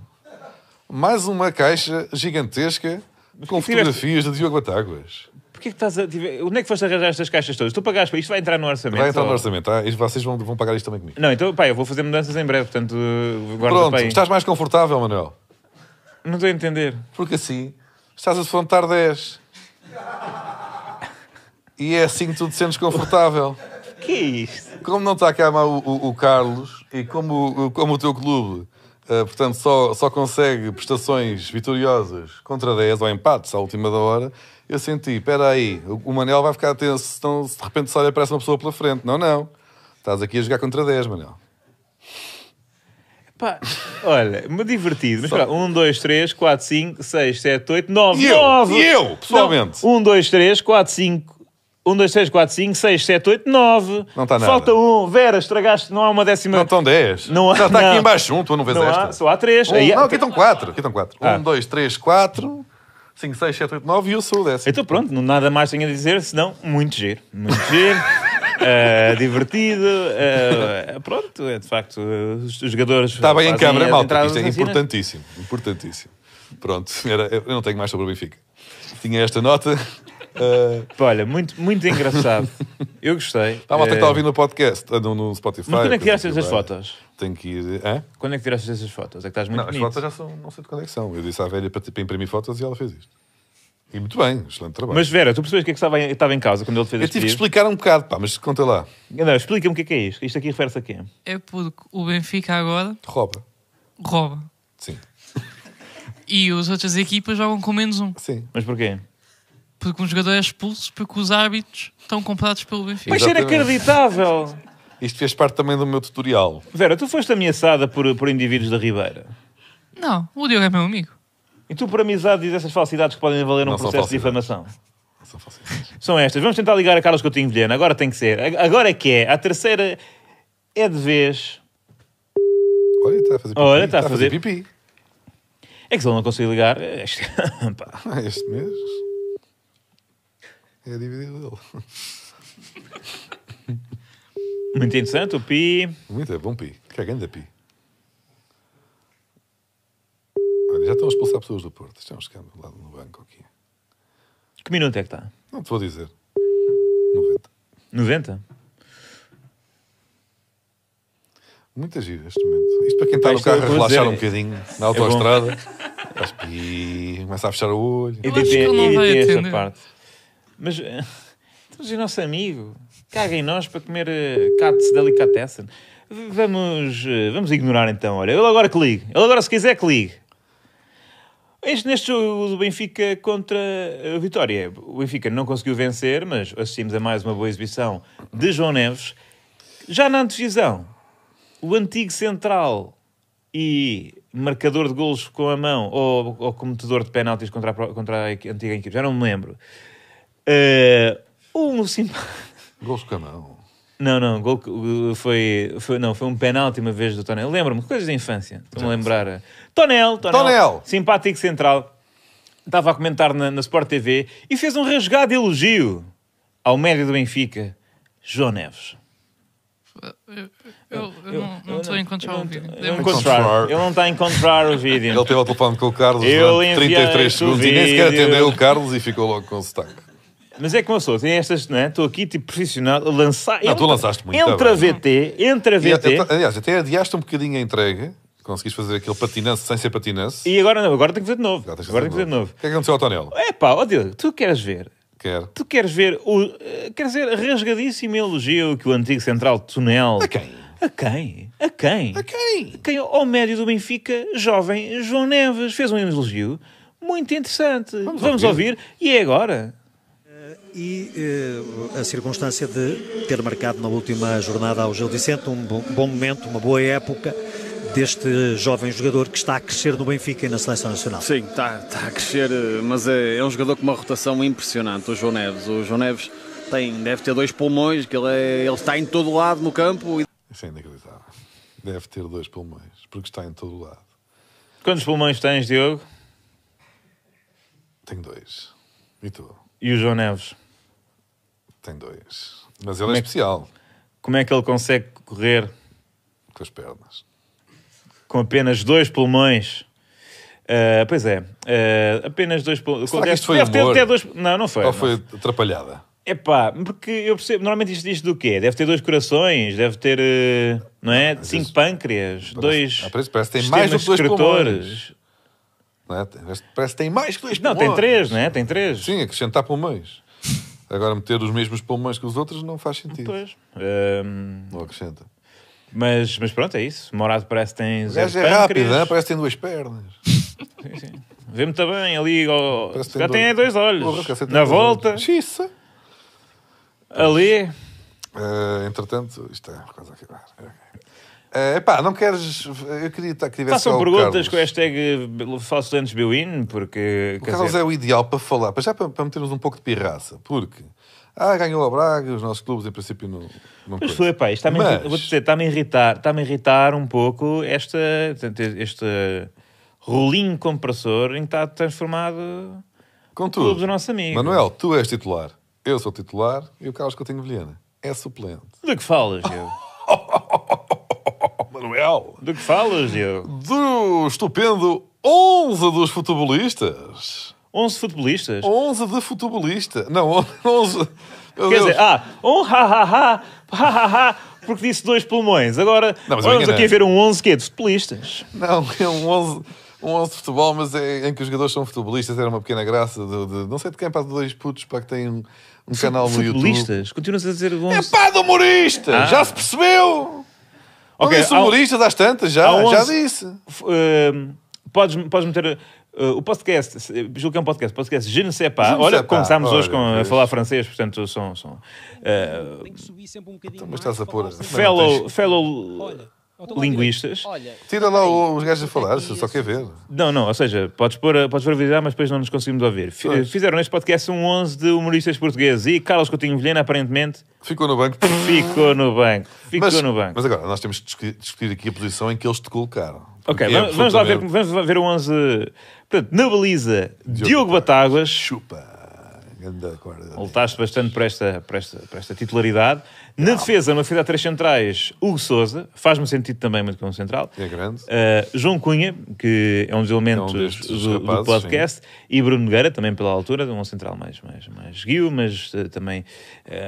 Speaker 2: Mais uma caixa gigantesca com
Speaker 1: que tiveste-
Speaker 2: fotografias de Diogo Batáguas.
Speaker 1: Porquê que estás a. tive- Onde é que foste arranjar estas caixas todas? Tu pagaste para isto? Vai entrar no orçamento.
Speaker 2: Vai entrar no
Speaker 1: ou-
Speaker 2: orçamento, tá? E vocês vão, vão pagar isto também comigo.
Speaker 1: Não, então, pá, eu vou fazer mudanças em breve, portanto, eh, guarda
Speaker 2: Pronto,
Speaker 1: para aí.
Speaker 2: estás mais confortável, Manuel?
Speaker 1: Não estou a entender.
Speaker 2: Porque assim estás a defrontar
Speaker 1: <laughs>
Speaker 2: 10. E é assim que tu te sentes confortável.
Speaker 1: O que é isto?
Speaker 2: Como não está cá o, o, o Carlos e como, o- como o teu clube, eh, portanto, só, só consegue prestações vitoriosas contra 10 ou empates à última da hora, eu senti, espera aí, o o Manel vai ficar tenso senão, se de repente só lhe aparece uma pessoa pela frente. Não, não. Estás aqui a jogar contra 10, Manel.
Speaker 1: Pá, olha, me divertido. Mas espera, 1, 2, 3, 4, 5, 6, 7, 8, 9.
Speaker 2: E eu?
Speaker 1: 9.
Speaker 2: E eu, pessoalmente?
Speaker 1: 1, 2, 3, 4, 5. 1, 2, 3, 4, 5, 6, 7, 8, 9.
Speaker 2: Não tá nada.
Speaker 1: Falta um. Vera, estragaste. Não há uma décima.
Speaker 2: Não estão 10.
Speaker 1: Não há-
Speaker 2: Já está aqui
Speaker 1: não.
Speaker 2: embaixo um, tu não vês
Speaker 1: Não
Speaker 2: esta.
Speaker 1: há, só há três.
Speaker 2: Um,
Speaker 1: Aí então, há-
Speaker 2: não, aqui estão quatro. Aqui estão quatro.
Speaker 1: Ah.
Speaker 2: Um, dois, três, quatro, cinco, seis, sete, oito, nove e eu sou o décimo.
Speaker 1: Então pronto, não- nada mais tenho a dizer, senão muito giro. Muito
Speaker 2: <laughs>
Speaker 1: giro. eh, divertido, eh, pronto, é de facto, eh, os os jogadores
Speaker 2: Está Tá bem em
Speaker 1: fazem
Speaker 2: câmara,
Speaker 1: as
Speaker 2: malta.
Speaker 1: entradas
Speaker 2: Isto é
Speaker 1: na cena.
Speaker 2: importantíssimo. Importantíssimo. Pronto. era- eu não tenho mais sobre o Benfica. Tinha esta nota. Uh,
Speaker 1: Pá, Olha, muito, muito
Speaker 2: <laughs>
Speaker 1: engraçado. Eu gostei.
Speaker 2: a Tá, malta que está
Speaker 1: Eh,
Speaker 2: a ouvir no podcast, ah, no, no Spotify.
Speaker 1: Mas quando é que
Speaker 2: coisa
Speaker 1: tiraste
Speaker 2: assim,
Speaker 1: essas
Speaker 2: vai.
Speaker 1: fotos?
Speaker 2: Tenho que ir. eh, Hã?
Speaker 1: Quando é que tiraste essas fotos? É que estás muito
Speaker 2: Não, as
Speaker 1: bonito.
Speaker 2: fotos já são. Não sei de quando é que são. Eu disse à velha para, para imprimir fotos e ela fez isto. E muito bem, excelente trabalho.
Speaker 1: Mas Vera, tu percebes o que é que estava em, estava em causa quando ele te fez
Speaker 2: eu
Speaker 1: este
Speaker 2: tive que
Speaker 1: pedido?
Speaker 2: explicar um bocado, pá, mas conta lá.
Speaker 1: Não, explica-me o que é que é isto. Isto aqui refere-se a quem?
Speaker 3: É porque o Benfica agora
Speaker 2: Rouba.
Speaker 3: rouba.
Speaker 2: Sim.
Speaker 3: E as outras equipas jogam com menos um.
Speaker 2: Sim.
Speaker 1: Mas porquê?
Speaker 3: Porque um jogador é expulso porque os árbitros estão comprados pelo Benfica.
Speaker 1: Mas era
Speaker 2: Exatamente.
Speaker 1: inacreditável!
Speaker 2: Isto fez parte também do meu tutorial.
Speaker 1: Vera, tu foste ameaçada por, por indivíduos da Ribeira.
Speaker 3: Não, o Diogo é meu amigo.
Speaker 1: E tu, por amizade, dizes essas falsidades que podem valer um
Speaker 2: Não são
Speaker 1: processo de
Speaker 2: falsidades.
Speaker 1: difamação.
Speaker 2: Não são falsidades.
Speaker 1: São estas. Vamos tentar ligar a Carlos Coutinho Vilhena. Agora tem que ser. A- Agora é que é. A terceira é de vez.
Speaker 2: Olha, está a fazer pipi.
Speaker 1: Olha, está a fazer-
Speaker 2: pipi.
Speaker 1: É que se ele não conseguir ligar... é isto. <laughs> Pá.
Speaker 2: Ah, Este mês é a dívida dele.
Speaker 1: Muito interessante. O Pi...
Speaker 2: <laughs> Muito é bom pi. Que é grande pi. Olha, já estão a expulsar pessoas do Porto. Isto é um escândalo lá no banco aqui.
Speaker 1: Que minuto é que está?
Speaker 2: Não te vou dizer. 90.
Speaker 1: 90?
Speaker 2: Muita gira este momento. Isto para quem está
Speaker 1: Pá,
Speaker 2: no
Speaker 1: isto é o
Speaker 2: carro a
Speaker 1: que eu vou
Speaker 2: relaxar um
Speaker 1: dizer. É
Speaker 2: bocadinho na autoestrada. Faz pi, começa a fechar o olho.
Speaker 3: Eu acho que ele não vai atender.
Speaker 1: Mas... eh, Mas o nosso amigo... Caga em nós para comer eh, cats delicatessen. V- Vamos, eh, vamos ignorar então, olha. Ele agora que ligue. Ele agora, se quiser, que ligue. Este, neste jogo do Benfica contra a Vitória, o Benfica não conseguiu vencer, mas assistimos a mais uma boa exibição de João Neves. Já na antevisão, o antigo central e marcador de golos com a mão ou, ou cometedor de penaltis contra a, pró- contra a equi- antiga equipe, já não me lembro. Eh, um simpático.
Speaker 2: Gols com a mão.
Speaker 1: <laughs> Não, não, gol que, uh, foi, foi, não, foi um penalti uma vez do Tonel. Lembro-me, coisas da infância. Estou-me a lembrar. Tonel, Tonel,
Speaker 2: Tonel!
Speaker 1: simpático central, estava a comentar na, na Sport TV e fez um rasgado elogio ao médio do Benfica, João Neves.
Speaker 3: Eu, eu- eu não- não estou a encontrar o vídeo.
Speaker 1: Eu não
Speaker 3: Deve-
Speaker 1: encontrar.
Speaker 2: encontrar.
Speaker 1: Ele não está a encontrar o
Speaker 2: <laughs>
Speaker 1: vídeo.
Speaker 2: Ele teve ao telefone com o Carlos
Speaker 1: Eu
Speaker 2: durante
Speaker 1: enviei
Speaker 2: 33 segundos e nem sequer
Speaker 1: vídeo.
Speaker 2: atendeu o Carlos e ficou logo com o sotaque.
Speaker 1: Mas é como eu sou, tem estas, não é? Estou aqui tipo profissional a lançar.
Speaker 2: Não, tu lançaste muito,
Speaker 1: Entre
Speaker 2: tá
Speaker 1: a VT, entre a
Speaker 2: E,
Speaker 1: VT.
Speaker 2: até- aliás, até adiaste um bocadinho a entrega. Conseguiste fazer aquele patinance sem ser patinance.
Speaker 1: E agora não, agora tenho que fazer de novo.
Speaker 2: Já tens
Speaker 1: Agora tenho que fazer de novo.
Speaker 2: O que é que aconteceu ao Tonel?
Speaker 1: É pá, ó Diogo, tu queres ver
Speaker 2: Quer.
Speaker 1: Tu queres ver o. eh, Queres ver rasgadíssimo elogio que o antigo central de Tunel.
Speaker 2: A quem?
Speaker 1: A quem? A quem?
Speaker 2: A quem?
Speaker 1: Quem? Ao médio do Benfica, jovem João Neves. Fez um elogio muito interessante. Vamos, ouvir. E é agora.
Speaker 4: E eh, a circunstância de ter marcado na última jornada ao Gil Vicente um bom, bom momento, uma boa época deste jovem jogador que está a crescer no Benfica e na Seleção Nacional.
Speaker 5: Sim, está tá a crescer, eh, mas é, é um jogador com uma rotação impressionante, o João Neves. O João Neves tem, deve ter dois pulmões, que ele, é- ele está em todo lado no campo. e-
Speaker 2: Isso é inacreditável. Deve ter dois pulmões, porque está em todo o lado.
Speaker 1: Quantos pulmões tens, Diogo?
Speaker 2: Tenho dois. E tu?
Speaker 1: E o João Neves?
Speaker 2: Tem dois. Mas ele
Speaker 1: Como
Speaker 2: é
Speaker 1: é que-
Speaker 2: especial
Speaker 1: Como é que ele consegue correr
Speaker 2: com as pernas.
Speaker 1: com apenas dois pulmões? Ah, pois é, Ah, apenas dois pulmões.
Speaker 2: Será que isto foi
Speaker 1: Deve ter
Speaker 2: humor?
Speaker 1: até dois. Não, não foi.
Speaker 2: Ou
Speaker 1: não
Speaker 2: foi atrapalhada?
Speaker 1: É pá, porque eu percebo, normalmente isto diz do quê? Deve ter dois corações, deve ter, eh, não é? Cinco pâncreas, dois.
Speaker 2: ah, parece- parece que tem mais do que
Speaker 1: sistemas
Speaker 2: dois
Speaker 1: secretores.
Speaker 2: Não é? Parece que tem mais que dois
Speaker 1: Não,
Speaker 2: pulmões.
Speaker 1: tem três, não é? Tem três.
Speaker 2: Sim, acrescentar pulmões. Agora meter os mesmos pulmões que os outros não faz sentido.
Speaker 1: Pois. Ahm,
Speaker 2: Não acrescenta.
Speaker 1: mas, mas pronto, é isso. Morado parece que tem
Speaker 2: O
Speaker 1: zero
Speaker 2: gajo é
Speaker 1: pâncreas.
Speaker 2: rápido, hein? parece que tem duas pernas.
Speaker 1: Vê muito bem ali. ó,
Speaker 2: Parece que
Speaker 1: já tem aí dois
Speaker 2: Oh,
Speaker 1: olhos.
Speaker 2: Raquel, você tem
Speaker 1: Na
Speaker 2: dois
Speaker 1: volta,
Speaker 2: olhos. Xiça.
Speaker 1: ali.
Speaker 2: Eh, entretanto, isto é quase a acabar. Eh, epá, não queres. Eu queria tá, que tivesse.
Speaker 1: Façam
Speaker 2: cá o
Speaker 1: perguntas
Speaker 2: Carlos.
Speaker 1: com a hashtag Falsolentes Bewin, porque.
Speaker 2: O
Speaker 1: quer
Speaker 2: Carlos
Speaker 1: dizer,
Speaker 2: é o ideal para falar, para já para, para metermos um pouco de pirraça, porque. Ah, ganhou a Braga, os nossos clubes em princípio não. não
Speaker 1: Pois
Speaker 2: coisa.
Speaker 1: foi, pá, isto está-me a
Speaker 2: é Mas-
Speaker 1: irri- vou dizer, está-me a irritar, está-me a irritar um pouco esta, portanto, este rolinho compressor em que está transformado
Speaker 2: Contudo,
Speaker 1: Clube do nosso amigo.
Speaker 2: Manuel, tu és titular, eu sou titular e o Carlos Coutinho Vilhena é suplente.
Speaker 1: do que falas, Diogo?
Speaker 2: Oh, Manuel!
Speaker 1: Do que falas, Diogo?
Speaker 2: Do estupendo 11 dos futebolistas.
Speaker 1: 11 futebolistas.
Speaker 2: 11 de futebolista. Não, <laughs> 11.
Speaker 1: Quer
Speaker 2: Meu Deus.
Speaker 1: dizer, ah, um ha ha ha, ha ha ha, porque disse dois pulmões. Agora
Speaker 2: Não, mas eu
Speaker 1: vamos
Speaker 2: enganei.
Speaker 1: aqui a ver um 11 que é de futebolistas.
Speaker 2: Não, é um 11. um 11 de futebol, mas é, em que os jogadores são futebolistas, era uma pequena graça de, de- não sei de quem, pá, de dois putos pá, que têm um, um canal no YouTube.
Speaker 1: Futebolistas? Continuas a dizer...
Speaker 2: É
Speaker 1: 11.
Speaker 2: pá de humoristas!
Speaker 1: Ah.
Speaker 2: Já se percebeu?
Speaker 1: Ok,
Speaker 2: não disse
Speaker 1: há um-
Speaker 2: humoristas às tantas, já,
Speaker 1: há um
Speaker 2: já
Speaker 1: 11.
Speaker 2: disse.
Speaker 1: F- ehm, podes, podes meter eh, o podcast, eh, julgo que é um podcast, podcast Je ne sais
Speaker 2: Je
Speaker 1: pas.
Speaker 2: ne sais
Speaker 1: Olha,
Speaker 2: pas.
Speaker 1: começámos hoje
Speaker 2: Olha,
Speaker 1: com, a
Speaker 2: vês.
Speaker 1: falar francês, portanto, são, são eh,
Speaker 6: Tem que subir sempre um bocadinho.
Speaker 2: Então, mas estás
Speaker 6: mais,
Speaker 2: a pôr-
Speaker 6: falar sempre-
Speaker 1: fellow, fellow
Speaker 6: Olha, então lá
Speaker 1: linguistas.
Speaker 6: direito. Olha,
Speaker 2: Tira lá o- os gajos a falar,
Speaker 6: Aqui,
Speaker 2: só quer ver.
Speaker 1: Não, não, ou seja, podes pôr, a- podes pôr a avisar, mas depois não nos conseguimos ouvir. F-
Speaker 2: Pois.
Speaker 1: Fizeram neste podcast um 11 de humoristas portugueses e Carlos Coutinho Vilhena, aparentemente,
Speaker 2: Ficou no banco.
Speaker 1: ficou no banco. Ficou
Speaker 2: mas,
Speaker 1: no banco.
Speaker 2: mas agora, nós temos de discu- discutir aqui a posição em que eles te colocaram.
Speaker 1: Ok,
Speaker 2: Porque é
Speaker 1: vamos, vamos lá ver,
Speaker 2: absolutamente-
Speaker 1: vamos lá ver o 11. Portanto, na baliza, Diogo, Batáguas.
Speaker 2: Chupa. Ganda guarda.
Speaker 1: Lutaste bastante para esta, para esta, para esta titularidade. Na defesa, uma defesa a três centrais, Hugo Souza, faz-me sentido também muito como central.
Speaker 2: É grande.
Speaker 1: Uh, João Cunha, que é um dos elementos
Speaker 2: destes
Speaker 1: do, do
Speaker 2: rapazes,
Speaker 1: podcast, e Bruno Nogueira, também pela altura, de um central mais, mais, mais guio, mas uh, também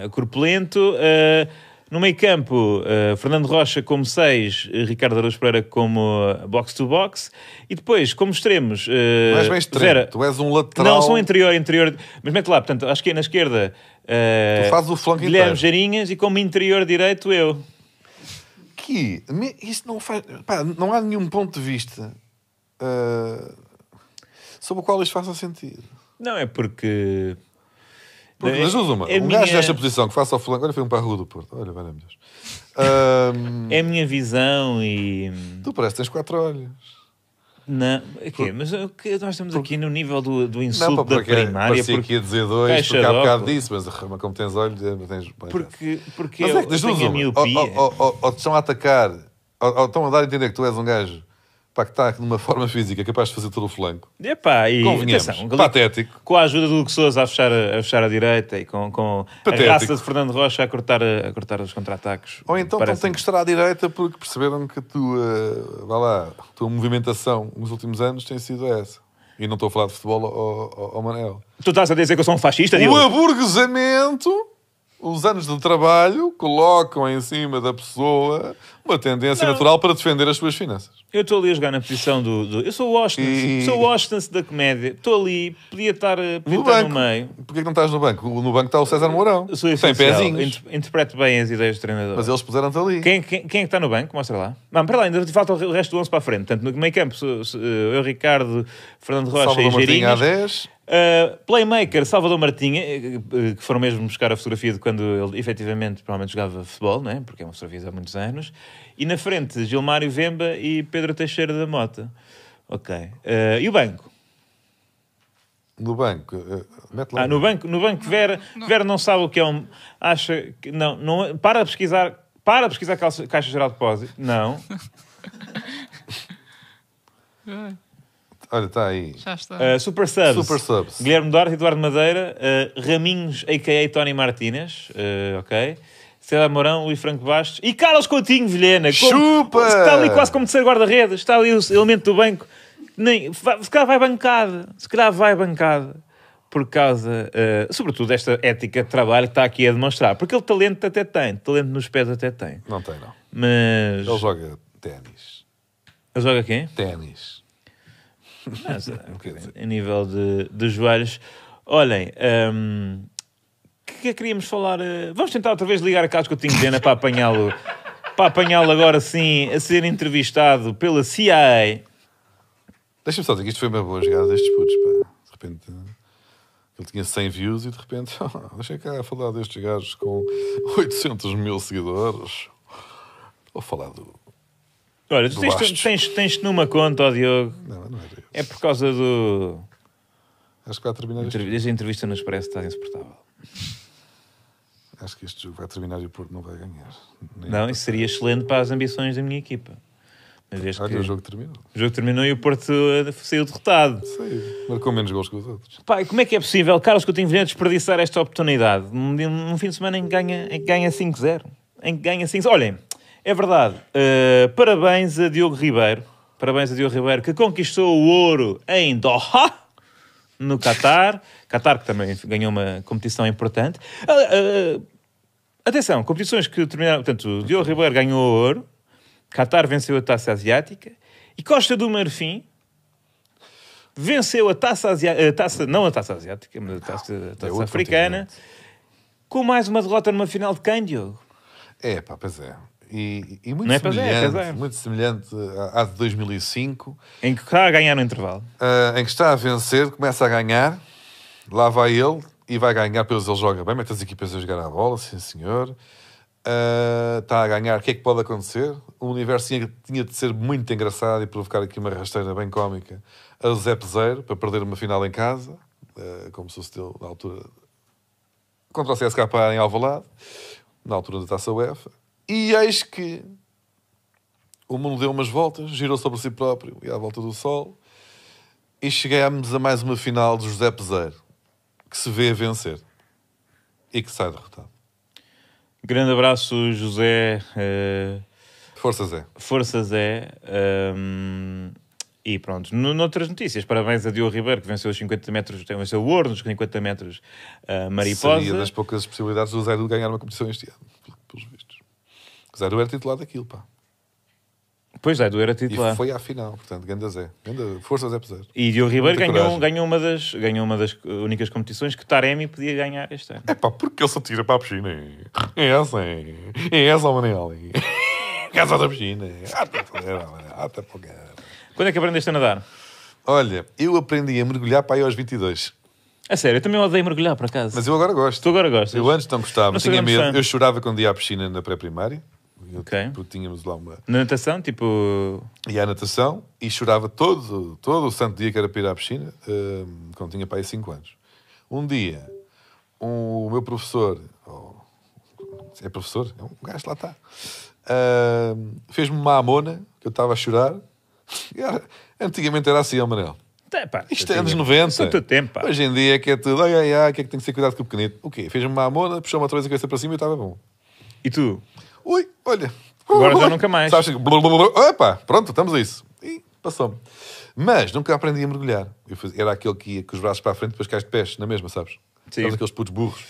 Speaker 1: uh, corpulento. Uh, no meio campo, uh, Fernando Rocha como 6, Ricardo Araújo Pereira como box-to-box, e depois, como extremos, uh,
Speaker 2: Tu és bem
Speaker 1: Vera-
Speaker 2: estranho. Tu és um lateral.
Speaker 1: não, são interior, interior. Mas mete lá, portanto, acho que é na esquerda. eh,
Speaker 2: Tu fazes o flanco
Speaker 1: Guilherme
Speaker 2: inteiro.
Speaker 1: Jarinhas e como interior direito eu.
Speaker 2: Que? Me- Isso não faz. pá, não há nenhum ponto de vista ah, sobre o qual isto faça sentido.
Speaker 1: Não é porque.
Speaker 2: Porque,
Speaker 1: É-
Speaker 2: mas usa uma.
Speaker 1: é a
Speaker 2: um
Speaker 1: minha-
Speaker 2: gajo desta posição que faça o flanco. Olha, foi um para a rua do Porto. Olha, valha-me Deus. Ahm,
Speaker 1: É a minha visão e.
Speaker 2: Tu parece que tens quatro olhos.
Speaker 1: Não, ok, mas o que nós estamos aqui no nível do, do
Speaker 2: Não,
Speaker 1: insulto
Speaker 2: pá,
Speaker 1: da
Speaker 2: porque é-
Speaker 1: primária.
Speaker 2: parecia que
Speaker 1: Porque,
Speaker 2: ia dizer dois,
Speaker 1: Caixa
Speaker 2: porque há
Speaker 1: de
Speaker 2: bocado
Speaker 1: óculos.
Speaker 2: disse, mas ah, como tens olhos, tens.
Speaker 1: porque, porque
Speaker 2: Mas
Speaker 1: eu,
Speaker 2: é que das
Speaker 1: eu
Speaker 2: duas
Speaker 1: tenho a
Speaker 2: uma. oh,
Speaker 1: miopia.
Speaker 2: Ou, ou- ou- ou te estão a atacar, ou, ou estão a dar a entender que tu és um gajo pá, que está numa forma física capaz de fazer todo o flanco.
Speaker 1: Epá, e
Speaker 2: Convenhamos.
Speaker 1: atenção,
Speaker 2: Patético.
Speaker 1: com a ajuda do Hugo Sousa a fechar a, a fechar a direita e com, com a
Speaker 2: Patético.
Speaker 1: raça de Fernando Rocha a cortar, a, a cortar os contra-ataques.
Speaker 2: Ou então não
Speaker 1: Parece-
Speaker 2: tem que estar à direita porque perceberam que a tua, vá lá, a tua movimentação nos últimos anos tem sido essa. E não estou a falar de futebol ao, ao, ao Manel.
Speaker 1: Tu estás a dizer que eu sou um fascista?
Speaker 2: O
Speaker 1: Diogo?
Speaker 2: aburguesamento, os anos de trabalho, colocam em cima da pessoa uma tendência natural para defender as suas finanças.
Speaker 1: Eu estou ali a jogar na posição do. do- eu sou o Washington,
Speaker 2: E-
Speaker 1: sou o Washington da comédia. Estou ali, podia estar, eh, podia
Speaker 2: No
Speaker 1: estar
Speaker 2: banco.
Speaker 1: no meio.
Speaker 2: Porquê é que não estás no banco? No banco está o César Mourão.
Speaker 1: Eu Sou
Speaker 2: Tem
Speaker 1: essencial.
Speaker 2: pezinhos.
Speaker 1: Inter- interpreto bem as ideias do treinador.
Speaker 2: Mas eles puseram-te ali.
Speaker 1: Quem, quem, quem é que está no banco? Mostra lá. Não, para lá, ainda falta o re- o resto do 11 para a frente. Portanto, no meio campo, sou- sou- eu, Ricardo, Fernando Rocha
Speaker 2: Salvador
Speaker 1: e
Speaker 2: Martinha há
Speaker 1: Geirinhas.
Speaker 2: 10.
Speaker 1: Uh, Playmaker Salvador Martinha, eh, eh, que foram mesmo buscar a fotografia de quando ele efetivamente provavelmente jogava futebol, não é? porque é uma fotografia de há muitos anos. E na frente, Gilmário Vemba e Pedro Teixeira da Mota. Ok. Eh, e o banco?
Speaker 2: No banco. eh, Mete lá.
Speaker 1: Ah, no banco, no banco Vera, Vera não sabe o que é um. Acha que. Não, não é- para de pesquisar. Para de pesquisar calça- Caixa Geral de Depósito. Não.
Speaker 3: Ai,
Speaker 2: Olha, está aí.
Speaker 3: Ah, Já está.
Speaker 1: Eh, Super Subs.
Speaker 2: Super Subs.
Speaker 1: Guilherme Duarte, Eduardo Madeira, eh, Raminhos, a.k.a. Tony Martínez, eh, ok? César Mourão, Luís Franco Bastos e Carlos Coutinho Vilhena.
Speaker 2: Chupa!
Speaker 1: Está ali quase como terceiro guarda-redes, está ali o elemento do banco. Nem, vai- se calhar vai bancada, se calhar vai bancada. Por causa, eh, sobretudo, desta ética de trabalho que está aqui a demonstrar. Porque ele talento até tem, talento nos pés até tem.
Speaker 2: Não tem, não.
Speaker 1: Mas.
Speaker 2: Ele joga ténis.
Speaker 1: Ele joga quem?
Speaker 2: Ténis.
Speaker 1: Ah, sei lá, a nível de, de joelhos. Olhem, hum, o que é que queríamos falar? eh? Vamos tentar outra vez ligar a Carlos Coutinho Vilhena para apanhá-lo. Para apanhá-lo agora sim a ser entrevistado pela CIA.
Speaker 2: Deixa-me só dizer que isto foi uma boa jogada destes putos, pá. De repente... eh, Ele tinha 100 views e de repente... <laughs> oh, deixa cá a falar destes gajos com 800 mil seguidores. Vou falar do...
Speaker 1: Olha, tu
Speaker 2: Do
Speaker 1: tens,
Speaker 2: Bastos.
Speaker 1: tens, tens numa conta, ó Diogo.
Speaker 2: Não, não era isso.
Speaker 1: É por causa do.
Speaker 2: Acho que vai terminar este...
Speaker 1: Desde a entrevista no Expresso está insuportável.
Speaker 2: Acho que este jogo vai terminar e o Porto não vai ganhar. Nem-
Speaker 1: Não, isso seria excelente para as ambições da minha equipa. Uma vez que
Speaker 2: Olha, o
Speaker 1: o
Speaker 2: jogo terminou.
Speaker 1: jogo terminou e o Porto eh, saiu derrotado.
Speaker 2: Sei. Marcou menos gols que os outros.
Speaker 1: Pá, como é que é possível Carlos Coutinho Vilhena desperdiçar esta oportunidade num, dia- num fim de semana em que ganha, em que ganha 5-0? Em que ganha 5 Olhem, é verdade. Uh, parabéns a Diogo Ribeiro. Parabéns a Diogo Ribeiro que conquistou o ouro em Doha, no Qatar. Qatar que também ganhou uma competição importante. Uh, uh, atenção, competições que terminaram... Portanto, o Diogo Ribeiro ganhou o ouro. Qatar venceu a Taça Asiática. E Costa do Marfim venceu a taça, Asia- a taça não a taça asiática, mas a taça, a taça
Speaker 2: outro
Speaker 1: africana, com mais uma derrota numa final de quem, Diogo?
Speaker 2: É, pá, pois é. E, e muito,
Speaker 1: Não é, pois é,
Speaker 2: semelhante,
Speaker 1: pois é.
Speaker 2: muito semelhante à- à de 2005,
Speaker 1: Em que está a ganhar no intervalo.
Speaker 2: ah, em que está a vencer, começa a ganhar, lá vai ele e vai ganhar, pois ele joga bem, mete as equipas a jogar à bola, sim senhor. Ah, está a ganhar, o que é que pode acontecer? O universo tinha, tinha de ser muito engraçado e provocar aqui uma rasteira bem cómica a José Peseiro para perder uma final em casa, ah, como sucedeu na altura contra o CSK em Alvalade, na altura da Taça UEFA, e eis que o mundo deu umas voltas, girou sobre si próprio e à volta do sol, e chegámos a mais uma final de José Peseiro, que se vê a vencer e que sai derrotado.
Speaker 1: Grande abraço, José. eh,
Speaker 2: Força Zé.
Speaker 1: Força Zé. hum, e pronto, No- noutras notícias, parabéns a Diogo Ribeiro, que venceu os 50 metros, tem- venceu o ouro nos 50 metros ah,
Speaker 2: Seria
Speaker 1: mariposa.
Speaker 2: das poucas possibilidades do Zé de ganhar uma competição este ano, pel- pelos vistos. O Zé Du era titular daquilo, pá.
Speaker 1: Pois é, do era
Speaker 2: E
Speaker 1: titular.
Speaker 2: foi à final, portanto, ganda Zé. Ganda... Força Zé Peseiro.
Speaker 1: E Diogo Ribeiro
Speaker 2: Muita
Speaker 1: ganhou,
Speaker 2: coragem.
Speaker 1: ganhou, uma das, ganhou uma das únicas competições que Taremi podia ganhar este ano.
Speaker 2: É pá, porque ele só tira para a piscina. É essa, é. É essa, o Manel. É. Casa da piscina. Ah, tá porra, Manel. Ah, tá porra.
Speaker 1: Quando é que aprendeste a nadar?
Speaker 2: Olha, eu aprendi a mergulhar para aí aos 22.
Speaker 1: A sério, eu também odeio mergulhar, por acaso.
Speaker 2: Mas eu agora gosto.
Speaker 1: Tu agora gostas?
Speaker 2: Eu antes não gostava,
Speaker 1: Não sou
Speaker 2: tinha
Speaker 1: grande
Speaker 2: medo.
Speaker 1: fã.
Speaker 2: Eu chorava quando ia à piscina na pré-primária. Eu-
Speaker 1: Ok.
Speaker 2: Porque tínhamos lá uma.
Speaker 1: Na natação, tipo...
Speaker 2: Ia à natação e chorava todo, todo o santo dia que era para ir à piscina, hum, quando tinha para aí 5 anos. Um dia, um- o meu professor, ou- é professor, é um gajo, lá está, hum, fez-me uma amona, que eu estava a chorar. <laughs> E era- antigamente era assim, ó Manel.
Speaker 1: Tá, pá,
Speaker 2: Isto
Speaker 1: eu
Speaker 2: é anos
Speaker 1: tenho-
Speaker 2: 90.
Speaker 1: Isso é o teu tempo, pá.
Speaker 2: Hoje em dia é que é tudo. Ai, ai, ai, que é que tem que ser cuidado com o pequenito. O quê? Fez-me uma amona, puxou-me outra vez a cabeça para cima e eu estava bom.
Speaker 1: E tu?
Speaker 2: Ui, olha.
Speaker 1: Agora já nunca mais.
Speaker 2: Sabes, que blá, blá, blá. Opa, pronto, estamos a isso. E passou-me. Mas nunca aprendi a mergulhar. Eu fazia- era aquele que ia com os braços para a frente, depois cais de pés, na mesma, sabes?
Speaker 1: Sim.
Speaker 2: Sabes aqueles putos burros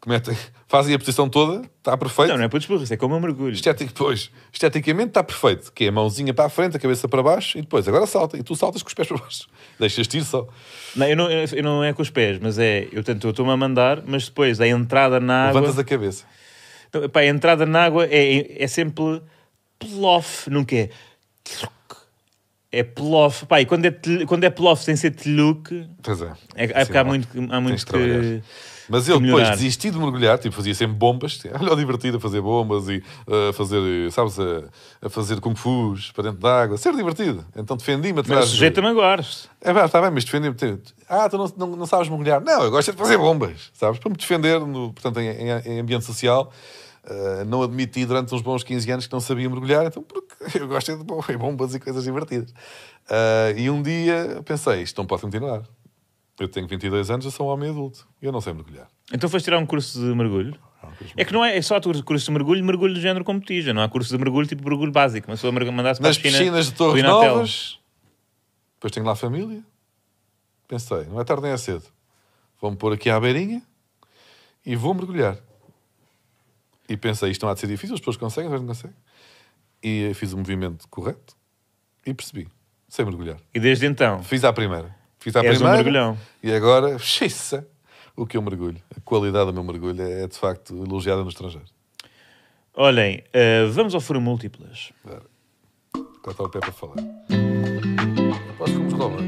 Speaker 2: que metem, <laughs> fazem a posição toda, está perfeito.
Speaker 1: Não, não é putos burros, é como eu mergulho.
Speaker 2: Estetic, pois, esteticamente está perfeito, que é a mãozinha para a frente, a cabeça para baixo e depois agora salta. E tu saltas com os pés para baixo. <laughs> Deixas-te ir só.
Speaker 1: Não, eu não, eu não é com os pés, mas é. Eu tanto eu estou-me a mandar, mas depois a entrada na água.
Speaker 2: Levantas a cabeça.
Speaker 1: Não, pá, a entrada na água é, é sempre plof, nunca é. tluc. É plof. Pá, e quando é, tel- quando é plof sem ser teluk,
Speaker 2: Pois é.
Speaker 1: é, é porque há
Speaker 2: Sim,
Speaker 1: muito, que- há
Speaker 2: tens
Speaker 1: muito
Speaker 2: de trabalhar.
Speaker 1: que.
Speaker 2: Mas eu
Speaker 1: que
Speaker 2: depois
Speaker 1: melhorar.
Speaker 2: desisti de mergulhar, tipo, fazia sempre bombas. <laughs> Olha, o divertido a fazer bombas e a fazer, eh, sabes, a, a fazer kung fus para dentro da água. Ser divertido. Então defendi-me atrás.
Speaker 1: Mas
Speaker 2: de-
Speaker 1: sujeita-me agora.
Speaker 2: É verdade, está bem, mas defendi-me. Te- Ah, tu não, não, não sabes mergulhar. Não, eu gosto é de fazer bombas, sabes? Para me defender, no, portanto, em, em- em ambiente social. Ah, não admiti durante uns bons 15 anos que não sabia mergulhar, então porque <laughs> eu gosto é de bom- bombas e coisas divertidas. Ah, e um dia pensei, isto não pode continuar. Eu tenho 22 anos, eu sou um homem adulto. Eu não sei mergulhar.
Speaker 1: Então foste tirar um curso de mergulho.
Speaker 2: Ah, um
Speaker 1: É que não é, é só tu- curso de mergulho, mergulho do género como tija. Não há curso de mergulho tipo mergulho básico. Mas se eu mergu- mandasse para
Speaker 2: Tá Nas
Speaker 1: a piscina,
Speaker 2: piscinas de Torres
Speaker 1: ali na tela.
Speaker 2: Novas, depois tenho lá a família. Pensei, não é tarde nem é cedo. Vou-me pôr aqui à beirinha e vou mergulhar. E pensei, isto não há de ser difícil, as pessoas conseguem, as pessoas não conseguem. E eu fiz o movimento correto e percebi, sem mergulhar.
Speaker 1: E desde então.
Speaker 2: Fiz à primeira. Fiz à
Speaker 1: És um
Speaker 2: primeira.
Speaker 1: mergulhão.
Speaker 2: E agora, xiça, o que eu mergulho. A qualidade do meu mergulho é, de facto, elogiada no estrangeiro.
Speaker 1: Olhem, eh, vamos ao Foro Múltiplas.
Speaker 2: Corta o pé para falar. Posso fomos roubar?